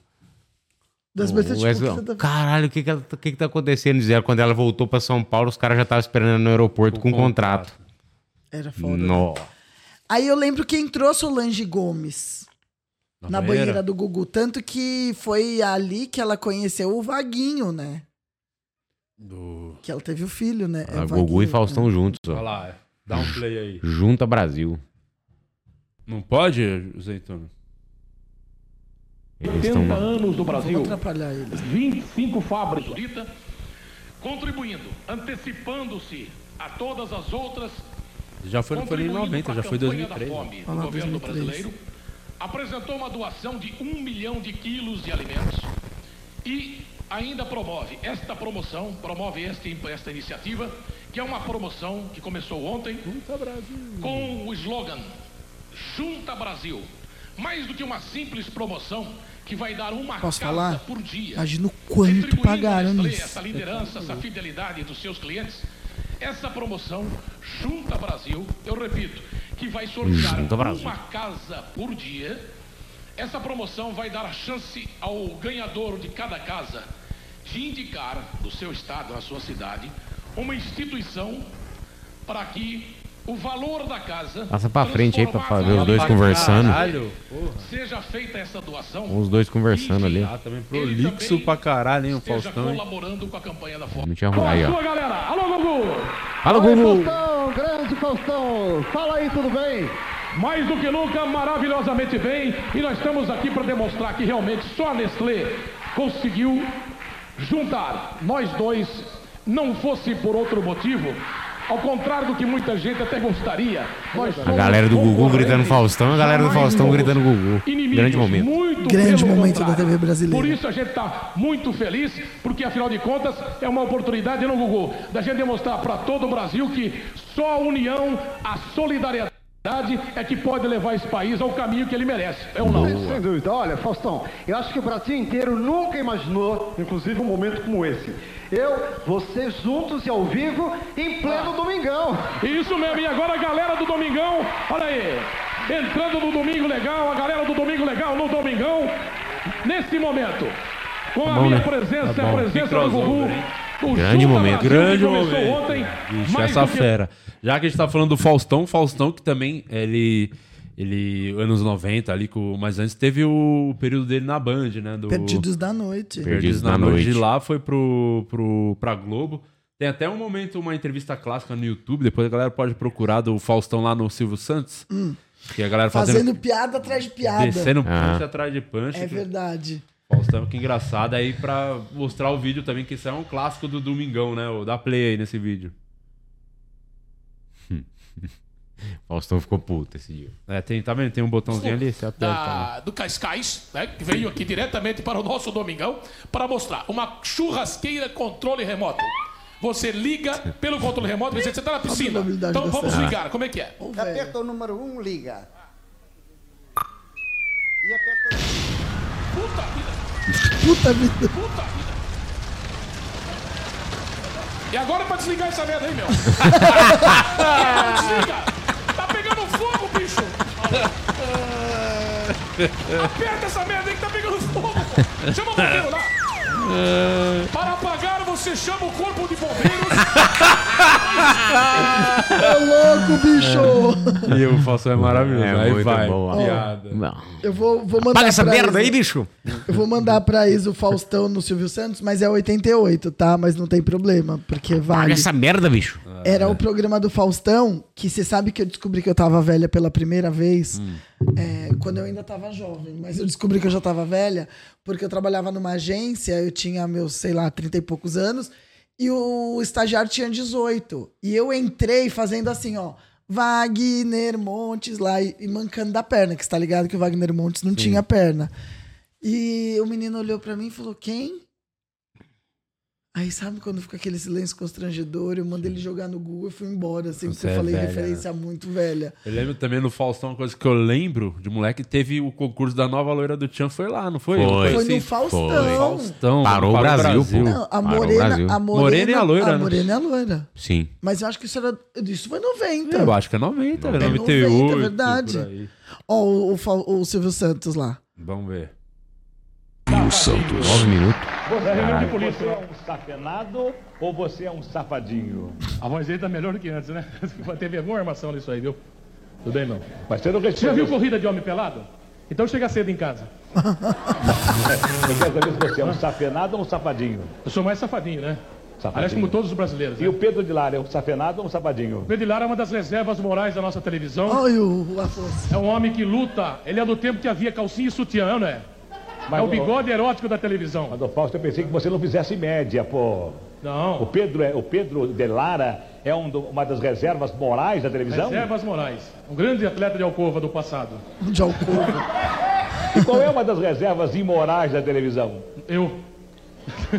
Do SBT, o tipo, SBT. o que você tá- Caralho, o que que, ela- o que que tá acontecendo? Diz ela, quando ela voltou pra São Paulo, os caras já estavam esperando ela no aeroporto com, contrato. Era foda. No... Aí eu lembro quem trouxe o Lange Gomes. Na Na, banheira? banheira. do Gugu. Tanto que foi ali que ela conheceu o Vaguinho, né? Que ela teve o filho, né? É Ah, o Gugu e Vaguinho, Faustão é. juntos, ó. Olha lá, dá um play aí. Junta Brasil. Não pode, Azeitona? 80 anos do Brasil, Vou atrapalhar eles. 25 fábricas. Contribuindo, antecipando-se a todas as outras. Já foi, não foi nem em 90, já foi em 2003. Fome, Olha o lá, governo 2003. brasileiro apresentou uma doação de um milhão de quilos de alimentos e ainda promove esta promoção, promove este, esta iniciativa, que é uma promoção que começou ontem com o slogan Junta Brasil. Mais do que uma simples promoção que vai dar uma Posso casa falar? por dia. Imagina o quanto pagaram Nestlé, nisso. essa liderança, essa fidelidade dos seus clientes, essa promoção Junta Brasil, eu repito, que vai sortear Junta Brasil. uma casa por dia. Essa promoção vai dar a chance ao ganhador de cada casa de indicar no seu estado, na sua cidade, uma instituição para que o valor da casa Passa pra frente aí pra fa- ver os dois transformado em conversando. casa. Seja feita essa doação. Os dois conversando ali. Ah, também prolixo pra caralho, hein, o Esteja Faustão. hein? colaborando com a campanha da Não tinha arrumado aí, ó. galera! Alô, Gugu! Alô, Gugu! Faustão, grande Faustão! Fala aí, tudo bem? Mais do que nunca, maravilhosamente bem. E nós estamos aqui para demonstrar que realmente só a Nestlé conseguiu juntar nós dois, não fosse por outro motivo. Ao contrário do que muita gente até gostaria, nós A galera do Gugu gritando Faustão, a galera do Faustão gritando Gugu. Grande momento. Muito Grande pelo momento da contrário. TV brasileira. Por isso a gente está muito feliz, porque afinal de contas é uma oportunidade, não, Gugu, da gente demonstrar para todo o Brasil que só a união, a solidariedade é que pode levar esse país ao caminho que ele merece. É ou não? Sem dúvida. Olha, Faustão, eu acho que o Brasil inteiro nunca imaginou, inclusive, um momento como esse. Eu, você juntos e ao vivo, em pleno domingão. Ah. Isso mesmo, e agora a galera do Domingão, olha aí, entrando no Domingo Legal, a galera do Domingo Legal no Domingão, nesse momento, com Tá a bom, minha né? presença, Tá a bom. presença Que do Gugu, crossover, hein? o Grande Junta momento. Brasil, Grande que começou momento. ontem, Bicho, mais essa do que- fera. Já que a gente tá falando do Faustão, Faustão que também, ele... Ele, anos 90 ali, com, mas antes teve o período dele na Band, né? Do, Perdidos da noite. Perdidos na noite. De lá foi pro, pro, pra Globo. Tem até um momento, uma entrevista clássica no YouTube. Depois a galera pode procurar do Faustão lá no Silvio Santos. Hum. Que a galera fazendo. Fazendo piada atrás de piada. Descendo Ah. Ah. punch atrás de punch. É verdade. Faustão, que engraçado. Aí pra mostrar o vídeo também, que isso é um clássico do Domingão, né? O da play aí nesse vídeo. Faustão ficou puto esse dia. É, tem, tá vendo? Tem um botãozinho ali, você aperta. né? da- do Cascais, né, que veio aqui diretamente para o nosso Domingão, para mostrar uma churrasqueira controle remoto. Você liga pelo controle remoto, você está na piscina. Então vamos dessa. ligar, como é que é? Aperta o número 1, um, liga. Puta vida. E agora é pra desligar essa merda aí, meu. Desliga! Tá pegando fogo, bicho! Aperta essa merda aí que tá pegando fogo! Chama o bombeiro lá! Para apagar, você chama o corpo de É bombeiros! louco, bicho! E o Faustão é maravilhoso. É aí muito vai. bom, ó. Piada. Eu vou, vou mandar. Apaga essa pra merda aí, Isa- bicho! Eu vou mandar pra Isa o Faustão no Silvio Santos, mas é 88, tá? Mas não tem problema, porque vale. Apaga essa merda, bicho! Era o programa do Faustão, que você sabe que eu descobri que eu tava velha pela primeira vez, Hum. é, quando eu ainda tava jovem. Mas eu descobri que eu já tava velha, porque eu trabalhava numa agência, eu tinha meus, sei lá, 30 e poucos anos, e o estagiário tinha 18. E eu entrei fazendo assim, ó. Wagner Montes lá e e mancando da perna, que você tá ligado que o Wagner Montes não tinha perna. E o menino olhou pra mim e falou: Quem? Aí sabe quando fica aquele silêncio constrangedor? Eu mando ele jogar no Google e fui embora, assim, Você porque é eu falei velha, referência muito velha. Eu lembro também no Faustão, uma coisa que eu lembro de moleque, teve o concurso da nova loira do Tchan, foi lá, não foi? Foi. Uma coisa Foi no Faustão. Faustão. Parou o Brasil, pô. Não, a Parou o Brasil. morena, a morena. Morena e a loira, A né? morena é a loira. Sim. Mas eu acho que isso era. Isso foi 90. Eu acho que é 90, velho. 98. é verdade. por aí. Ó, o, o Fau- o Silvio Santos lá. Vamos ver. E o Santos. Nove minutos. Caralho. polícia. Você é um safenado ou você é um safadinho? A voz dele tá melhor do que antes, né? Vai ter vergonha armação nisso aí, viu? Tudo bem, não. Mas você não Já recebeu. viu corrida de homem pelado? Então chega cedo em casa. Eu quero saber se você é um safenado ou um safadinho. Eu sou mais safadinho, né? Safadinho. Aliás, como todos os brasileiros. né? E o Pedro de Lara é um safenado ou um safadinho? Pedro Lara é uma das reservas morais da nossa televisão. Ai, o Afonso. É um homem que luta. Ele é do tempo que havia calcinha e sutiã, não é? Mas é o o- bigode erótico da televisão. Mas, ô Fausto, eu pensei que você não fizesse média, pô. Não. O Pedro, é, o Pedro de Lara é um do- uma das reservas morais da televisão? Reservas Moraes, um grande atleta de alcova do passado. De alcova. E qual é uma das reservas imorais da televisão? Eu.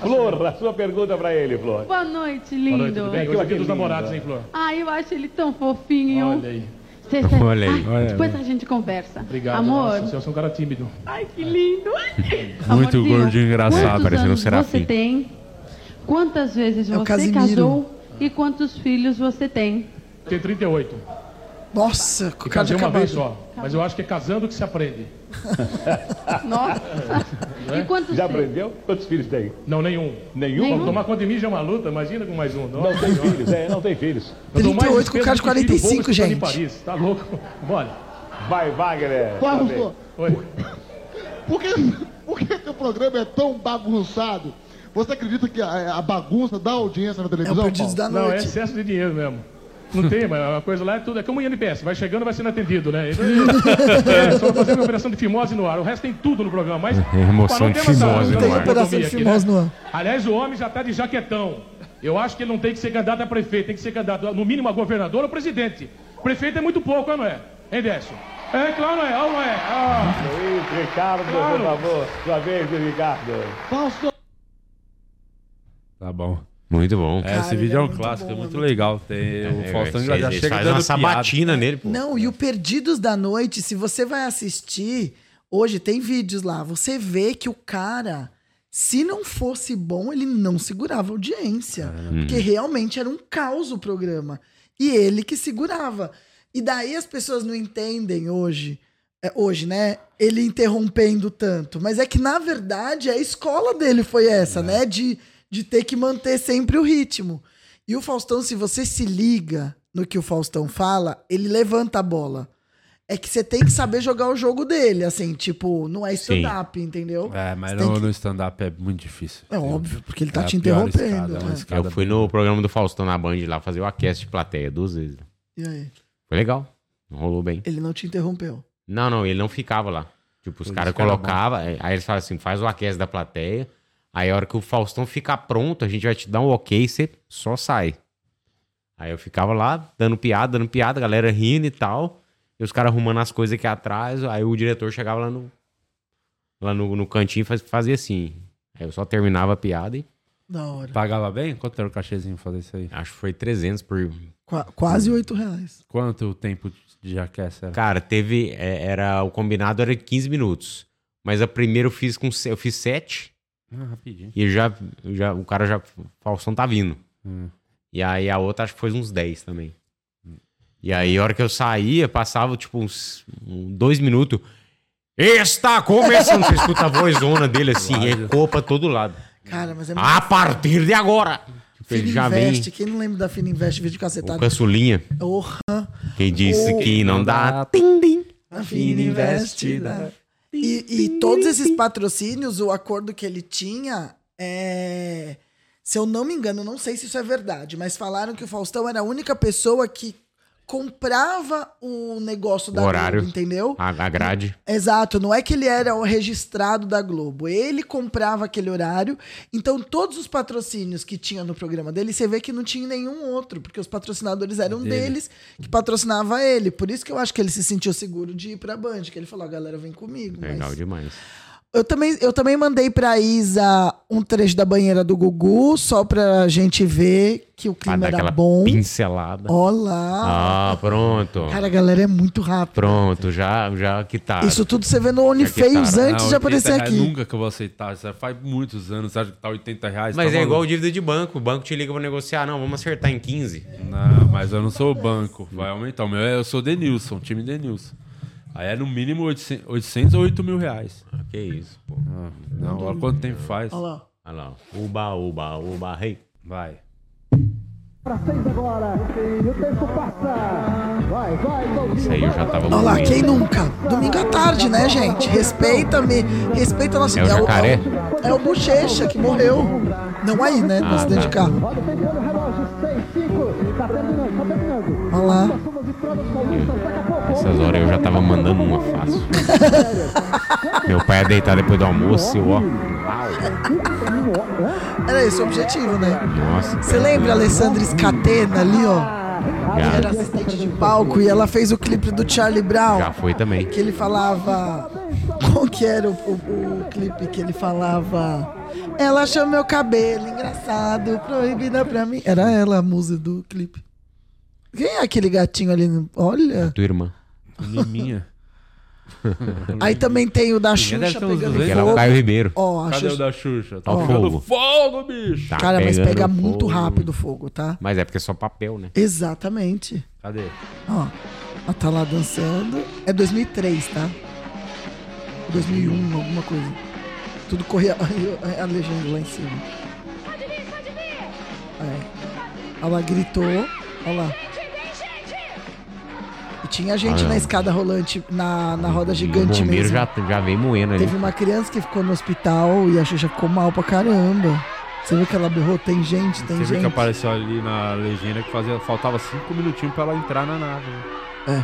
Flor, a sua pergunta pra ele, Flor. Boa noite, lindo. bem? Hoje é dia dos namorados, hein, Flor? Ai, eu acho ele tão fofinho. Olha aí. Cê- cê- Olha aí. Ah, Olha aí. depois a gente conversa. Obrigado, Amor. nossa, você é um cara tímido. Ai, que lindo. Muito Amorzinho, gordinho engraçado, quantos parecendo um anos serafim. Você tem? Quantas vezes É o você Casimiro. casou? E quantos filhos você tem? Tem 38. Nossa, E com cara de casei uma vez acabado. só. Mas eu acho que é casando que se aprende. Nossa. Não é? E quantos Já tem? aprendeu? Quantos filhos tem? Não, nenhum. Nenhum? Bom, Tomar conta de mim já é uma luta, imagina com mais um. Nossa, Não tem senhora. filhos, é, não tem filhos. Eu dou mais 38 despesa com cara de do que filho 45, bobo estudando Em gente. Paris, tá louco? Bora. Vai, Wagner. tá Vamos, Também. Flor. Oi. Por que, por que que o programa é tão bagunçado? Você acredita que a, a bagunça da audiência na É televisão, Paulo? Não, é excesso de dinheiro mesmo. Não tem, mas a coisa lá é tudo. É como o INPS, vai chegando vai sendo atendido, né? Então, é, só fazer uma operação de fimose no ar. O resto tem tudo no programa, mas. É remoção mas não de tem essa fimose no dicotomia ar. Operação de aqui, fimose né? no ar. Aliás, o homem já tá de jaquetão. Eu acho que ele não tem que ser candidato a prefeito, tem que ser candidato, a, no mínimo, a governador ou presidente. Prefeito é muito pouco, não é? Hein, Décio? É, claro, não é. Ah, não é. Ah. Luiz, Ricardo, Claro. por favor. Sua vez, Ricardo. Fausto. Tá bom. Muito bom. É, esse vídeo é um clássico, é muito legal. Tem, o É, Faustão eles- já eles chega fazem dando piada. uma sabatina nele, pô. Não, é. e o Perdidos da Noite, se você vai assistir, hoje tem vídeos lá, você vê que o cara, se não fosse bom, ele não segurava a audiência. Uhum. Porque realmente era um caos o programa. E ele que segurava. E daí as pessoas não entendem hoje. é, hoje, né? Ele interrompendo tanto. Mas é que, na verdade, a escola dele foi essa, É. né? De, de ter que manter sempre o ritmo. E o Faustão, se você se liga no que o Faustão fala, ele levanta a bola. É que você tem que saber jogar o jogo dele, assim, tipo, não é stand-up, entendeu? É, mas Você no, tem que- no stand-up é muito difícil. É óbvio, porque ele tá É a te pior interrompendo, escada, é uma né? escada Eu fui no programa do Faustão na Band lá fazer o aquece de plateia duas vezes. E aí? Foi legal. Rolou bem. Ele não te interrompeu. Não, não, ele não ficava lá. Tipo, os Ele caras ficava colocavam, aí eles falam assim, faz o aquece da plateia, aí a hora que o Faustão ficar pronto, a gente vai te dar um ok, você só sai. Aí eu ficava lá, dando piada, dando piada, a galera rindo e tal, e os caras arrumando as coisas aqui atrás, aí o diretor chegava lá no, lá no, no cantinho e faz- fazia assim. Aí eu só terminava a piada e... Da hora. Pagava bem? Quanto era o cachezinho pra fazer isso aí? Acho que foi 300 por... Qua- quase oito reais. Quanto o tempo de jaquece era? Cara, teve. é, era, o combinado era 15 minutos. Mas a primeira eu fiz com se- eu fiz 7. Ah, rapidinho. E já, já, o cara já. O Faustão tá vindo. Hum. E aí a outra acho que foi uns 10 também. E aí, a hora que eu saía, passava tipo uns, um- dois minutos. Está começando! Você escuta a vozona dele assim, ecoa pra todo lado. Cara, mas é muito. A partir de agora! Tipo, ele Ah, já vem. Fininvest, quem não lembra da Fininvest, vídeo O cacetada? caçulinha, Porra. que disse Oh. O- que não dá. Tim, tim. A Fininvest, né? E, e todos esses patrocínios, o acordo que ele tinha é. Se eu não me engano, eu não sei se isso é verdade, mas falaram que o Faustão era a única pessoa que comprava o negócio da O horário. Globo, entendeu? A, a grade. Exato, não é que ele era o registrado da Globo, ele comprava aquele horário, então todos os patrocínios que tinha no programa dele, você vê que não tinha nenhum outro, porque os patrocinadores É eram Dele. deles que patrocinava ele, por isso que eu acho que ele se sentiu seguro de ir pra Band, que ele falou, "Ó, galera, vem comigo. mas- Legal demais. Eu também, eu também mandei pra Isa um trecho da banheira do Gugu, só pra gente ver que o Pra clima dar era aquela bom. pincelada. Olá! Ah, pronto. Cara, a galera é muito rápida. Pronto, já, já que tá. Isso tudo você vê no Já OnlyFans quitaram. antes de aparecer aqui. Nunca que eu vou aceitar. Isso faz muitos anos. Você acha que tá 80 reais? Mas Tá é igual maluco? dívida de banco. O banco te liga pra negociar. Não, vamos acertar em 15. Não, mas eu não sou o banco. Vai aumentar. O meu é- eu sou Denilson, time Denilson. Aí é no mínimo 800, 800 ou 8 mil reais. Ah, Ah, que isso, pô. não, olha quanto tempo faz. Olha lá. Olha lá. Uba, uba, uba, rei. Vai. Para seis agora, e o tempo passa. Vai, vai, Isso aí eu já tava Olha lá, morrendo. quem nunca? Domingo à tarde, né, gente? Respeita-me. Respeita a nossa. É o jacaré? É o, é o Bochecha que morreu. Não aí, né? No Ah, acidente tá. de carro. Olha o tempo do relógio, 6, 5, tá terminando, tá terminando. Olha lá. Essas horas eu já tava mandando uma fácil. Meu pai ia deitar depois do almoço, eu, ó. Era esse o objetivo, né? Nossa. Você lembra a Alessandra Scatena ali, ó? Ah, Que era assistente de palco e ela fez o clipe do Charlie Brown. Já foi também. Que ele falava. Qual que era o, o- o clipe que ele falava? Ela achou meu cabelo engraçado, proibida pra mim. Era ela a musa do clipe. Quem é aquele gatinho ali? no- Olha. Tua irmã. Liminha. Aí também tem o da Liminha deve Xuxa ter uns pegando 200. fogo. Era o Caio Ribeiro. Ó, a Cadê Xuxa- o da Xuxa? Tá o pegando fogo. fogo, bicho. Tá Cara, mas pegando pega muito fogo. rápido o fogo, tá? Mas é porque é só papel, né? Exatamente. Cadê? Ó, ela tá lá dançando. É 2003, tá? 2001, alguma coisa. Tudo corria. A legenda lá em cima. É. Olha lá, gritou. Olha lá. E tinha gente Ah, na é. escada rolante, na, na roda E gigante o bombeiro mesmo. já, tá já vem moendo ali. Teve uma criança que ficou no hospital e a Xuxa ficou mal pra caramba. Você viu que ela berrou? Tem gente, tem Você viu gente. que apareceu ali na legenda que fazia, faltava cinco minutinhos pra ela entrar na nave, né?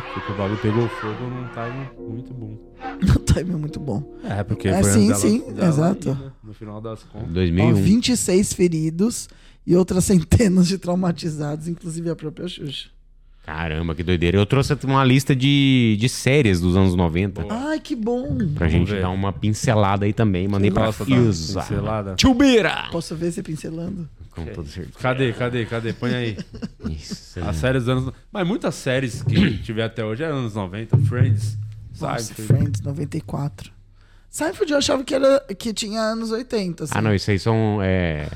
É. Porque o bagulho pegou fogo num time muito bom. O timing é muito bom. É, porque É, foi sim, antes dela- sim, dela exato. ir, né? No final das contas. 2001. Ó, 26 feridos e outras centenas de traumatizados, inclusive a própria Xuxa. Caramba, que doideira. Eu trouxe uma lista de, de séries dos anos 90. Ai, que bom. Pra gente dar um uma pincelada aí também. Mandei pra Gosta da Fiusa. pincelada? Tchubira! Posso ver você pincelando? Com todo certeza. Cadê, cadê, cadê? Põe aí. Isso. né? As séries dos anos. Mas muitas séries que tiver até hoje é anos 90. Friends, Nossa, Seinfeld. Friends, 94. Seinfeld eu achava que, era, que tinha anos 80. assim. Ah, não, isso aí são é,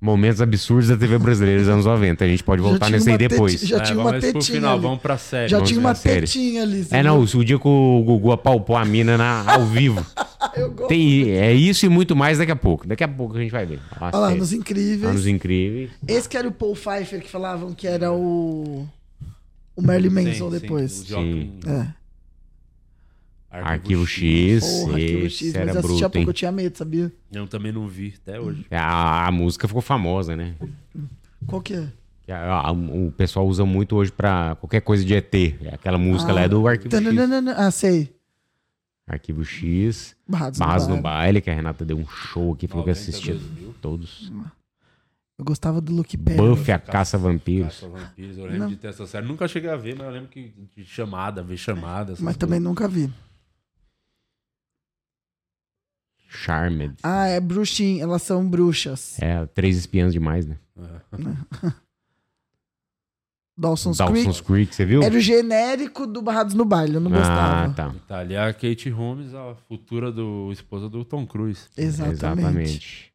momentos absurdos da TV brasileira dos anos 90. A gente pode Já voltar tinha nesse aí uma teti- depois. já É, tinha uma vamos pro tetinha final, ali. vamos pra série. Já Vamos tinha pra uma série. tetinha ali. você É, não, viu? o dia que o Gugu apalpou a mina na, ao vivo. Ah, Tem, é isso e muito mais daqui a pouco. Daqui a pouco a gente vai ver. Olha lá, nos incríveis. Anos incríveis. Esse que era o Paul Pfeiffer que falavam que era o. O Merlin Sim, Manson sim, depois. o Joplin. É. Arquivo X. Porra, Arquivo esse X, mas era eu assisti há bruto, pouco, eu hein? É, tinha medo, sabia? Eu também não vi até hoje. A, a música ficou famosa, né? Qual que é? Que a- a- o pessoal usa muito hoje pra qualquer coisa de ET. Aquela música lá é do Arquivo X. Ah. Tananana- Ah, sei. Arquivo X. Barrados no Barras no Baile. baile, que a Renata deu um show aqui, falou que assistiu 92 mil. todos. Eu gostava do Luke Perry. Buff a caça vampiros. Caça Vampiros, eu lembro Não. de ter essa série. Nunca cheguei a ver, mas eu lembro que de chamada, ver chamada. essas Mas também nunca vi. Charmed. Ah, é bruxinha. Elas são bruxas. É, três espiãs demais, né? É. Dawson's, Dawson's Creek. Creek, você viu? Era o genérico do Barrados no Baile. Eu não gostava. Ah, tá. Tá ali a Kate Holmes, a futura do esposa do Tom Cruise. Exatamente. Exatamente.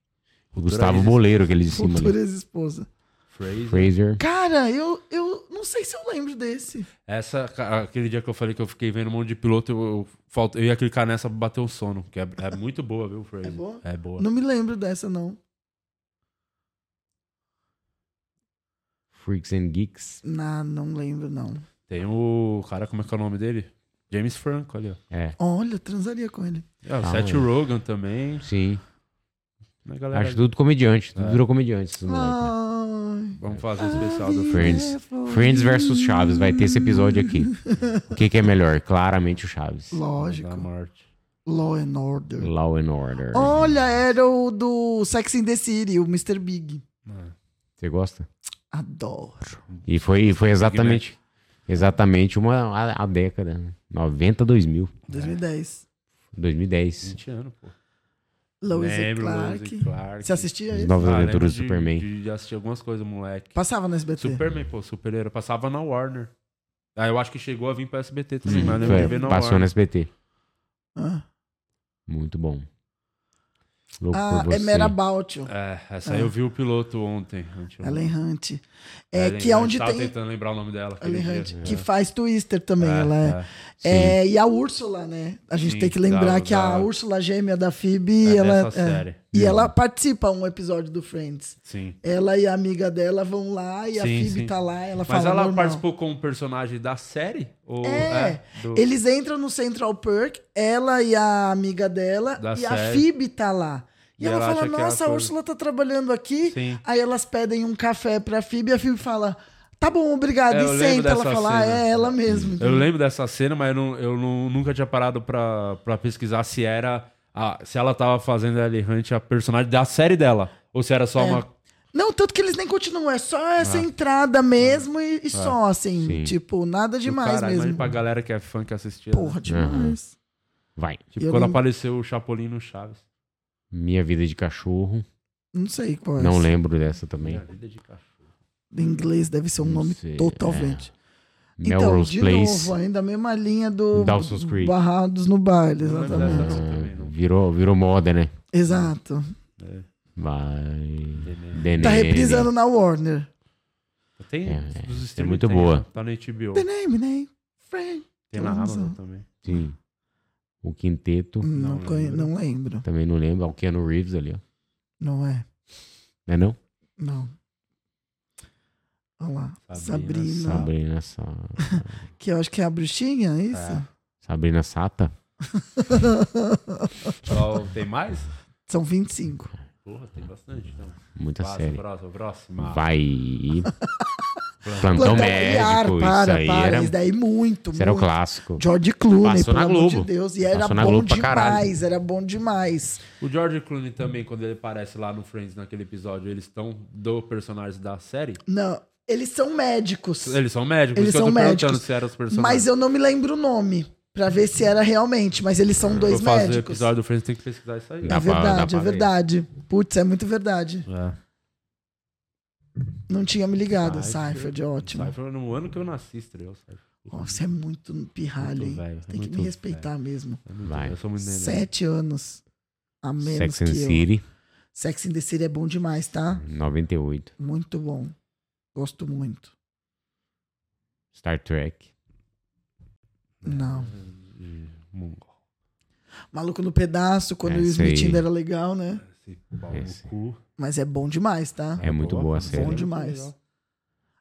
O Futura Gustavo ex- Boleiro, aquele de cima Futura ali. ex-esposa. Fraser. Fraser. Cara, eu, eu não sei se eu lembro desse. Essa, ca- aquele dia que eu falei que eu fiquei vendo um monte de piloto, eu, eu, falt- eu ia clicar nessa pra bater o sono, que é, é muito boa, viu, Fraser? É boa? É boa. Não me lembro dessa, não. Freaks and Geeks. Não, não lembro, não. Tem o cara, como é que é o nome dele? James Franco ali, ó. É. Olha, transaria com ele. É, o Ah, Seth é. Rogen também. Sim. Né, galera? Acho tudo comediante. Tudo É. virou comediante. esses moleques. Ai. Vamos fazer um especial do Friends. Friends versus Chaves. Vai ter esse episódio aqui. O que, que é melhor? Claramente o Chaves. Lógico. Da morte. Law and Order. Law and Order. Olha, era o do Sex in the City, o Mr. Big. Você gosta? Adoro. E foi, foi exatamente exatamente uma a, a década, né? 90, 2000, 2010. 2010. 20 É. anos, pô. Lois e Lembro, Né, Lois Clark. e Clark. Você assistia Os ele? novos Ah, lembro aventuras do de- Superman. De, de assistir algumas coisas, moleque. Passava no SBT. Superman, pô, super-herói. Passava na Warner. Ah, eu acho que chegou a vir pra SBT também, Sim, mas eu lembro de ver foi, na É, passou no Warner. SBT. Ah. Muito bom. Louco Ah, por você. é Mera Baltio. É, essa É. eu vi o piloto ontem. anteontem. Ellen Hunt. É, Ellen que é Hunt, onde tava tem. tentando lembrar o nome dela. aquele dia. Ellen Hunt, É. que faz Twister também. É, ela é. é. É, e a Úrsula, né? A gente Sim, tem que lembrar da- que da- a Úrsula gêmea da Phoebe, ela. é, Dessa série. E ela participa um episódio do Friends. Sim. Ela e a amiga dela vão lá e a Sim, Phoebe sim. tá lá, ela Mas fala ela normal. participou como personagem da série? Ou, É, Tipo, do- eles entram no Central Perk, ela e a amiga dela, Da e a série. Phoebe tá lá. E, E ela, ela fala, acha que é a nossa, a coisa- Úrsula tá trabalhando aqui. Sim. Aí elas pedem um café pra Phoebe, e a Phoebe fala, tá bom, obrigada, É, eu e lembro senta. Ela dessa fala, ah, cena. é ela mesmo. Eu lembro dessa cena, mas eu, não- eu não- nunca tinha parado pra, pra pesquisar se era. a- se ela tava fazendo a Ellie Hunt a personagem da série dela. Ou se era só É. uma. Não, tanto que eles nem continuam, é só essa Ah. entrada mesmo e, e só, assim. Sim. Tipo, nada demais Caralho, mesmo. Imagina pra galera que é fã que assistia. né? Porra, demais. Vai. Tipo, Eu quando lembro- apareceu o Chapolin no Chaves. Minha vida de cachorro. Não sei qual é Não essa. lembro dessa também. Em inglês deve ser um nome sei, totalmente. é. Então, Melrose de Place. novo, ainda a mesma linha do Dawson's Creek. Barrados no Baile, Ah, exatamente. virou, virou moda, né? Exato. Vai. Tá Denene. reprisando na Warner. Tem É, dos é, é streaming, muito tem, boa. né? Tá no HBO. The name, name, friend. Tem na Amazon também. Sim. O Quinteto. Hum. Não, não, conhe- não lembro. Também não lembro. Ah, O Keanu Reeves ali, ó. Não é. Não é não? Não. Olha lá. Sabrina. Sabrina Sa... Que eu acho que é a bruxinha, é isso? Sabrina Sata? Ó, É. tem mais? São 25. Porra, tem bastante. Então. Muita Passa, série. Próxima, próxima. Vai. Plantão, Plantão Familiar, médico, isso para, aí para, era. isso daí muito, isso era o muito. clássico. George Clooney, Passou pelo na amor Globo. de Deus. E era Passou na bom Globo pra caralho. demais, era bom demais. O George Clooney também, quando ele aparece lá no Friends, naquele episódio, eles estão do personagem da série? Não, eles são médicos. Eles são médicos? Eles Isso que eu são tô perguntando médicos. se eram os personagens. Mas eu não me lembro o nome, pra ver se era realmente. Mas eles são dois Pra fazer o médicos. episódio do Friends, tem que pesquisar isso aí. É verdade, é verdade. Putz, é muito verdade. É. Não tinha me ligado. Seinfeld. Seinfeld é ótimo. Seinfeld, no ano que eu nasci, estreou. Seinfeld. Nossa, é muito pirralho, hein? velho, é Tem que me muito respeitar mesmo. É muito- Eu sou muito neném. Sete anos a menos Sex que and eu. City. Sex and the City é bom demais, tá? 98. Muito bom. Gosto muito. Star Trek. É. Não. Maluco no pedaço, quando É, o isso aí. Smith ainda era legal, né? Esse. Mas é bom demais, tá? É muito boa a série. Bom demais.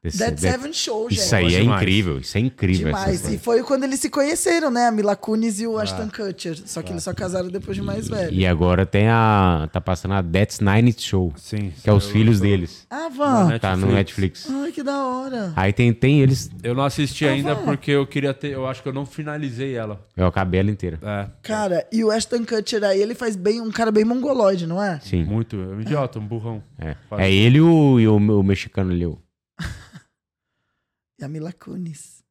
Esse- Dead Dead- Seven Show, gente. Isso aí é incrível. Isso é incrível. essa Demais. série. E foi quando eles se conheceram, né? A Mila Kunis e o Ah. Ashton Kutcher. Só que eles só casaram depois de mais velho. E agora tem a. Tá passando a That's Nine Show. Sim. Que é os saiu- filhos deles. Ah, vá. Tá no Netflix. Ai, que da hora. Aí tem, tem eles. Eu não assisti ainda porque eu queria ter. Eu acho que eu não finalizei ela. Eu acabei ela inteira. É. Cara, e o Ashton Kutcher aí, ele faz bem um cara bem mongoloide, não é? Sim. Muito. É um idiota, um burrão. É, é ele e o, e o, o mexicano ali. o- E a Mila Kunis.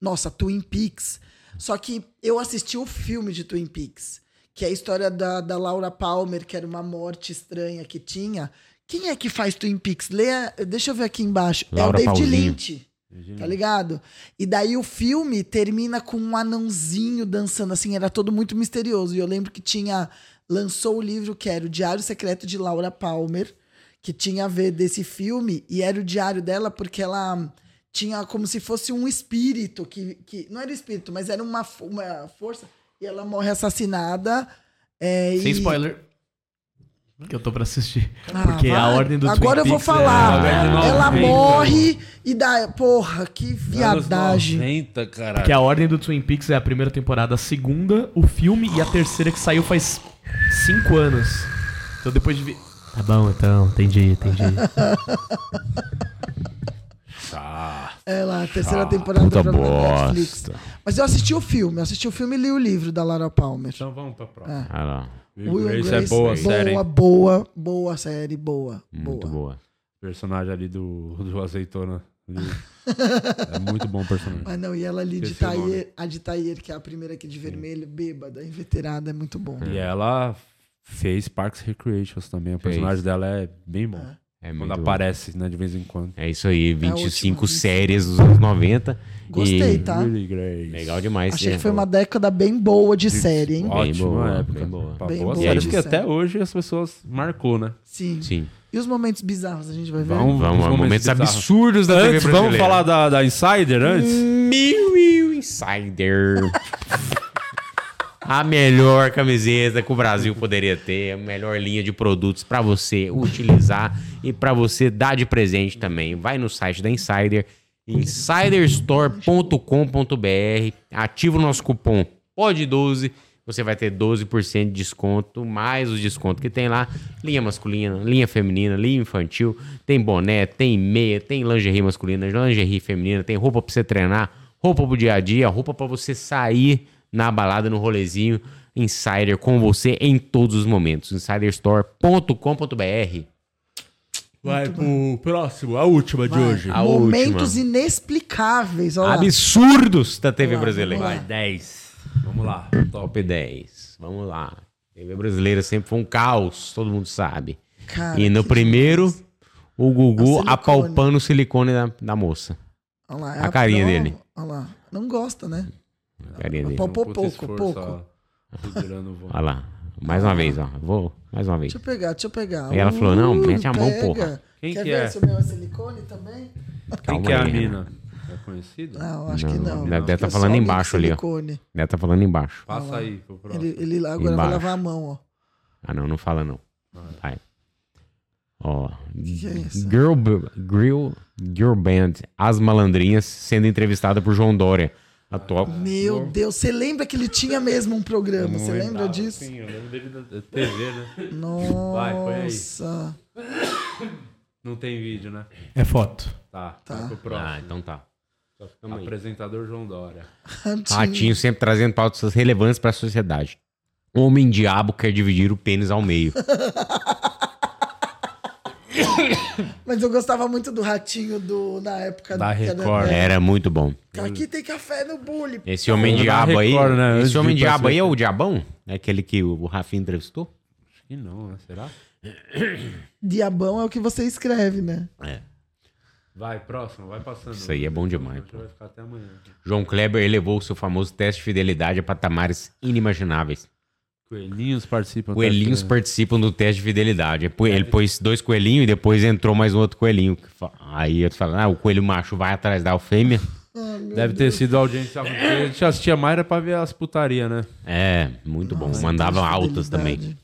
Nossa, Twin Peaks. Só que eu assisti o filme de Twin Peaks, que é a história da, da Laura Palmer, que era uma morte estranha que tinha. Quem é que faz Twin Peaks? Leia, deixa eu ver aqui embaixo. Laura é o David Paulzinho. Lynch. Tá ligado? E daí o filme termina com um anãozinho dançando, assim, era todo muito misterioso. E eu lembro que tinha. Lançou o livro que era O Diário Secreto de Laura Palmer, que tinha a ver desse filme, e era o diário dela porque ela tinha como se fosse um espírito que. que não era espírito, mas era uma, fo- uma força. E ela morre assassinada. é, Sem e- spoiler. Que eu tô pra assistir. Ah, porque é a vai. ordem do Agora eu Twin vou Peaks é- falar. Ela Sim. morre e dá. Porra, que né? viadagem. caralho. Porque a ordem do Twin Peaks é a primeira temporada, a segunda, o filme e a terceira que saiu faz cinco anos. Então depois de. vi- Tá bom, então, entendi, entendi. Tá. É lá, a terceira Ah, temporada puta da Netflix. bosta. Mas eu assisti o filme, eu assisti o filme e li o livro da Lara Palmer. Então vamos pra próxima. É. Ah, lá. Will and Grace é boa boa, série, hein? Boa, boa, boa série, boa. é Muito boa. Personagem ali do, do Azeitona. ali. é muito bom o personagem. Mas Ah, não, e ela ali de Esqueci o nome. Tair, a de Tair, que é a primeira aqui de vermelho, bêbada, inveterada, é muito bom. E ela fez Parks and Recreations também. O personagem dela é bem bom. É muito Quando bom. aparece, né, de vez em quando. É isso aí, a última 25 vez. séries dos anos 90. Gostei, e- tá? Really great. Legal demais. Achei né? que foi uma década bem boa de série, hein? Ótima boa, época. bem boa. Pra Bem boa boa série, de porque série. até hoje as pessoas marcou, né? Sim. Sim. E os momentos bizarros a gente vai ver? Vamos, Vamos, vamos momentos bizarros. absurdos da TV Antes, Vamos brasileira. falar da, Hum, da Insider antes? Mil e o Insider. A melhor camiseta que o Brasil poderia ter, a melhor linha de produtos para você utilizar e para você dar de presente também. Vai no site da Insider, insiderstore.com.br, ativa o nosso cupom POD12, você vai ter 12% de desconto, mais os descontos que tem lá, linha masculina, linha feminina, linha infantil, tem boné, tem meia, tem lingerie masculina, lingerie feminina, tem roupa para você treinar, roupa pro dia a dia, roupa para você sair na balada, no rolezinho, Insider com você em todos os momentos. insiderstore.com.br. Vai pro próximo, a última de hoje. Ah, A Momentos última. inexplicáveis. Olha lá. Absurdos da TV Vamos lá, brasileira. vamos lá. Vai, 10. Vamos lá. Top 10. Vamos lá. TV brasileira sempre foi um caos, todo mundo sabe. Cara, e no que primeiro, o É o Gugu silicone. apalpando o silicone da, da moça. Olha lá, é a carinha prova. dele. Olha lá. Não gosta, né? A carinha dele. Palpou Puta pouco, esforço, pouco. ó, segurando o voo. Olha lá. Mais uma vez, ó. Vou. Mais uma vez. Deixa eu pegar, deixa eu pegar. Aí ela falou, não, Ui, mete a mão, pega. porra. Quem Quer que ver é? se o meu é silicone também? Quem Calma que é a aí, mina? É conhecida? Não, acho que não. Deve estar Acho que é só tá falando alguém embaixo ali, ó. silicone. Deve estar falando embaixo. Passa aí pro próximo. Ele, ele lá agora Embaixo. vai lavar a mão, ó. Ah, não, não fala não. Vai. Ó. que é isso? girl, b- girl, girl Band, As Malandrinhas, sendo entrevistada por João Dória. Atual. Tá. Meu Deus, você lembra que ele tinha mesmo um programa? Você lembra disso? Ah, Sim, eu lembro dele da da TV, né? Vai, põe aí. Nossa. Não tem vídeo, né? É foto. Tá, Tá. vai pro próximo. Ah, então tá. Apresentador João Dória. Ah, Ratinho sempre trazendo pautas relevantes para a sociedade. Homem diabo quer dividir o pênis ao meio. Mas eu gostava muito do ratinho do, na época Da que era- Record. é. Era muito bom. Aqui tem café no bullying. Esse homem Era da diabo aí. Record, né? Antes Esse de homem ir pra diabo aí é SBT. o diabão? É aquele que o Rafinha entrevistou? Acho que não, né? Será? Diabão é o que você escreve, né? É. Vai, próximo, vai passando. Isso aí é bom demais, Vai ficar até amanhã. João Kleber elevou seu famoso teste de fidelidade a patamares inimagináveis. Coelhinhos participam. Coelhinhos participam do teste de fidelidade. Pô, É. Ele pôs dois coelhinhos e depois entrou mais um outro coelhinho. Aí eu te falo, ah, o coelho macho vai atrás da fêmea. Deve ter sido audiência. porque A gente assistia Mayra pra ver as putaria, né? É, muito bom. Nossa, Mandava teste de altas também. né?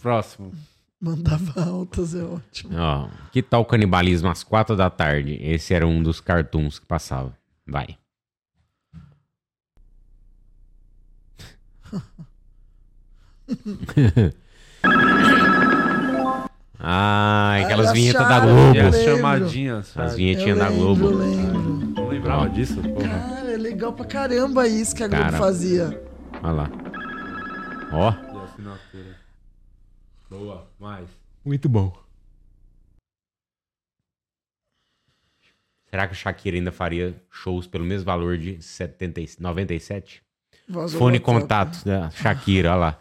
Próximo. Mandava altas, é ótimo. Ó, que tal o canibalismo às quatro da tarde? Esse era um dos cartoons que passava. Vai. ah, aquelas Elas vinhetas da acharam, Globo. eu As lembro. chamadinhas, sabe? As vinhetinhas Eu da lembro, Globo. eu lembro. Não lembrava disso, porra. Cara, é legal pra caramba isso que a Globo Cara. fazia. Olha lá. Ó. E a assinatura. Boa, mais. Muito bom. Será que a Shakira ainda faria shows pelo mesmo valor de 70, e- 97? Vazou Fone o WhatsApp. contato da Shakira, olha lá.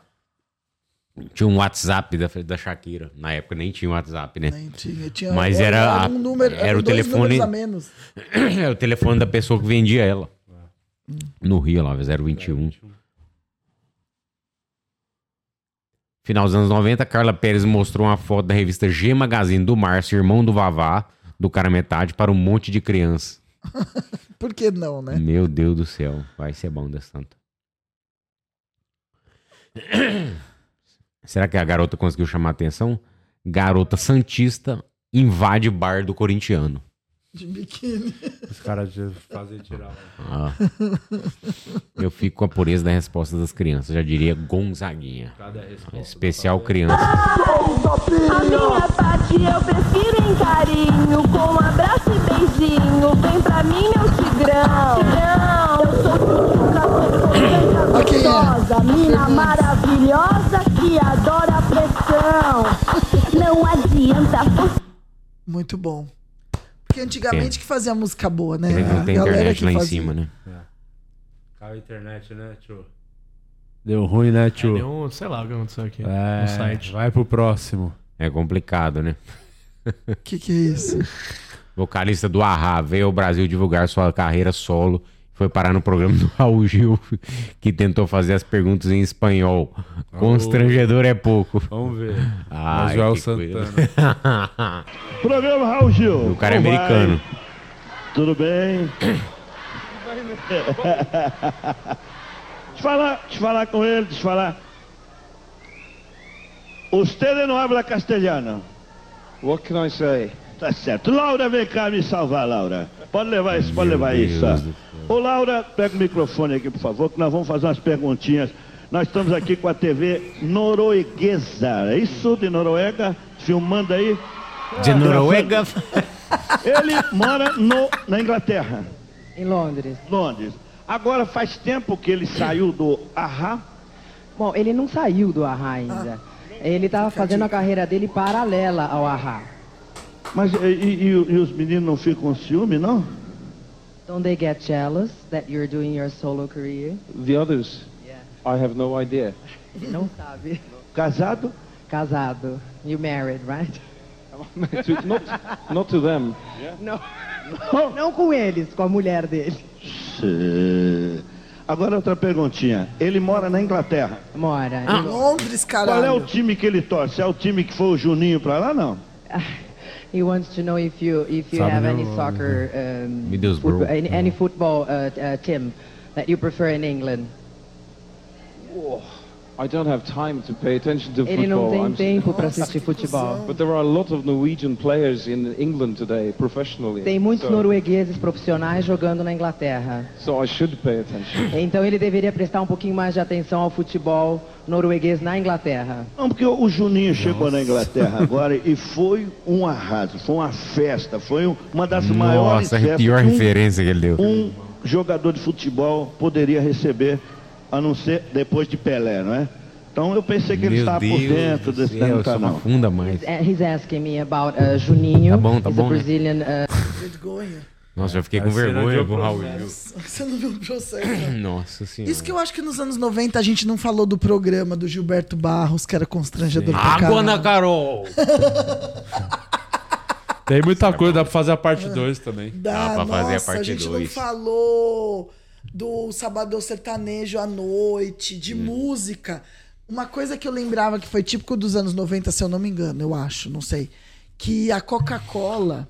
Tinha um WhatsApp da, da Shakira. Na época nem tinha WhatsApp, né? Nem tinha, tinha- Mas era- era, era a- um número- era eram o dois telefone. números a menos. era o telefone da pessoa que vendia ela. No Rio, lá, 021. Final dos anos 90, Carla Pérez mostrou uma foto da revista G Magazine do Márcio, irmão do Vavá, do cara metade, para um monte de criança. Por que não, né? Meu Deus do céu, vai ser bom dessa tanto. Será que a garota conseguiu chamar a atenção? Garota Santista invade bar do corintiano. De biquíni. Os caras já fazem tirar. Ah. Eu fico com a pureza da resposta das crianças. Já diria Gonzaguinha. Cada resposta. Especial criança. A minha parte eu prefiro em carinho, com um abraço e beijinho. Vem pra mim, meu tigrão. Tigrão, eu sou fica é. gostosa, mina maravilhosa que adora a pressão. Não adianta Muito bom. Porque antigamente É. que fazia música boa, né? Ele não tem A galera internet que lá em fazia. cima, né? É. Caiu a internet, né, tio? Deu ruim, né, tio? Deu um, sei lá o que aconteceu aqui É, no site. Vai pro próximo. É complicado, né? Que que é isso? Vocalista do Ahá veio ao Brasil divulgar sua carreira solo. Foi parar no programa do Raul Gil, que tentou fazer as perguntas em espanhol. Constrangedor é pouco. Vamos ver. Ah, Mas Joel Santana. Programa Raul Gil. o cara é Como vai? americano. Tudo bem? Desfalar, desfalar com ele, desfalar. Você não habla castelhano. What can I say? Tá certo. Laura, vem cá me salvar, Laura. Pode levar isso, pode levar isso. ó. Ô, Laura, pega o microfone aqui, por favor, que nós vamos fazer umas perguntinhas. Nós estamos aqui com a TV norueguesa. É isso de Noruega? Filmando aí. De Noruega? Ele mora no, na Inglaterra. Em Londres. Londres. Agora faz tempo que ele saiu do Ahá. Bom, ele não saiu do Ahá ainda. ele estava fazendo a carreira dele paralela ao Ahá. Mas e, e- e- e os meninos não ficam com ciúme, não? Don't they get jealous that you're doing your solo career? The others? Yeah. I have no idea. Ele não sabe. Casado? Casado. You married, right? To- not, not to them. Não. Não com eles, com a mulher dele. Sim. Agora outra perguntinha. Ele mora na Inglaterra. Mora. Ah. Em Londres, caralho. Qual é o time que ele torce? É o time que foi o Juninho pra lá, não? He wants to know if you if you Sabe have any meu- soccer um, Middlesbrough. football- any, any football uh, uh, team that you prefer in England. I don't have time to pay attention to Ele football. não tem I'm s- tempo para assistir futebol. But there are a lot of Norwegian players in England today, professionally. Tem Tá. muitos so, noruegueses profissionais jogando na Inglaterra. so I should pay attention. Então ele deveria prestar um pouquinho mais de atenção ao futebol norueguês na Inglaterra. Não, porque o Juninho chegou na Inglaterra agora e foi um arraso, foi uma festa, foi um- uma das maiores Nossa, a festas. pior que um- referência que ele deu. Um jogador de futebol poderia receber, a não ser depois de Pelé, não é? Então eu pensei que ele Meu tá estava por Deus dentro do desse céu, não isso tá, não não. afunda mais. Eh, He's asking me about uh, Juninho. Tá bom, tá He's bom, a né? Brazilian. uh, Vergonha. Nossa, já fiquei com Aí você vergonha não deu com o Raul processo. Gil. Você não viu o processo. Nossa senhora. Isso que eu acho que nos anos 90 a gente não falou do programa do Gilberto Barros, que era constrangedor pra Água caralho. na Carol! Tem muita coisa, dá pra fazer a parte 2 também. É Ah. Dá, né? nossa, a gente não falou do Sabadão Sertanejo à noite, de música. Uma coisa que eu lembrava que foi típico dos anos 90, se eu não me engano, eu acho, não sei. Que a Coca-Cola,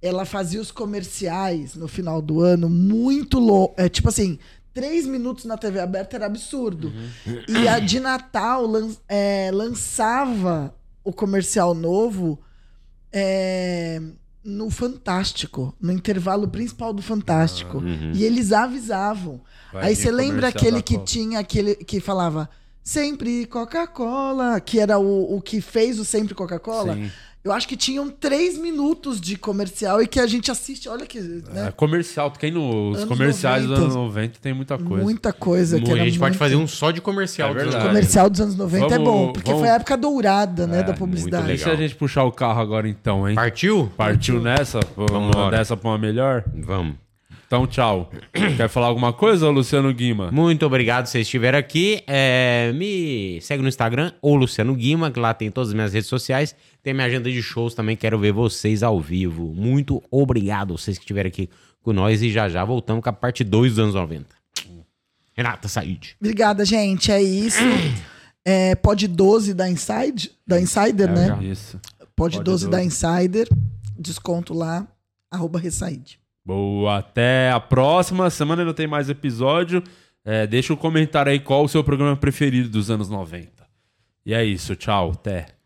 ela fazia os comerciais no final do ano muito longo. É, tipo assim, três minutos na TV aberta era absurdo. Hum. E a de Natal lan- é, lançava o comercial novo é, no Fantástico, no intervalo principal do Fantástico. uhum. E eles avisavam. Vai Aí vir você o lembra comercial aquele da que Coca. tinha aquele que falava sempre Coca-Cola, que era o, o que fez o sempre Coca-Cola? Sim. Eu acho que tinham três minutos de comercial e que a gente assiste. Olha que. né? É, comercial, quem no, os Anos comerciais 90. dos anos 90 tem muita coisa. Muita coisa que Muita. era a gente pode muito- fazer um só de comercial. É dos verdade. anos comercial dos anos 90 é Vamos- bom, porque vamos- foi a época dourada, né, É, da Muito publicidade. legal. E se a gente puxar o carro agora então, hein? Partiu? Partiu nessa? Vamos embora. dessa pra uma melhor? Vamos. Então, tchau. Quer falar alguma coisa, Luciano Guima? Muito obrigado se vocês estiveram aqui. É, me segue no Instagram, ou Luciano Guima, que lá tem todas as minhas redes sociais. Tem minha agenda de shows também, quero ver vocês ao vivo. Muito obrigado vocês que estiveram aqui com nós e já já voltamos com a parte 2 dos anos 90. Renata Said. Obrigada, gente. É isso. É, pode 12 da Inside, da É, Insider, né? Isso. Pode, 12, da Insider. Desconto lá, arroba Ressaíde. Boa, até a próxima. Semana não tem mais episódio. É, deixa um comentário aí qual o seu programa preferido dos anos 90. E é isso, tchau, até.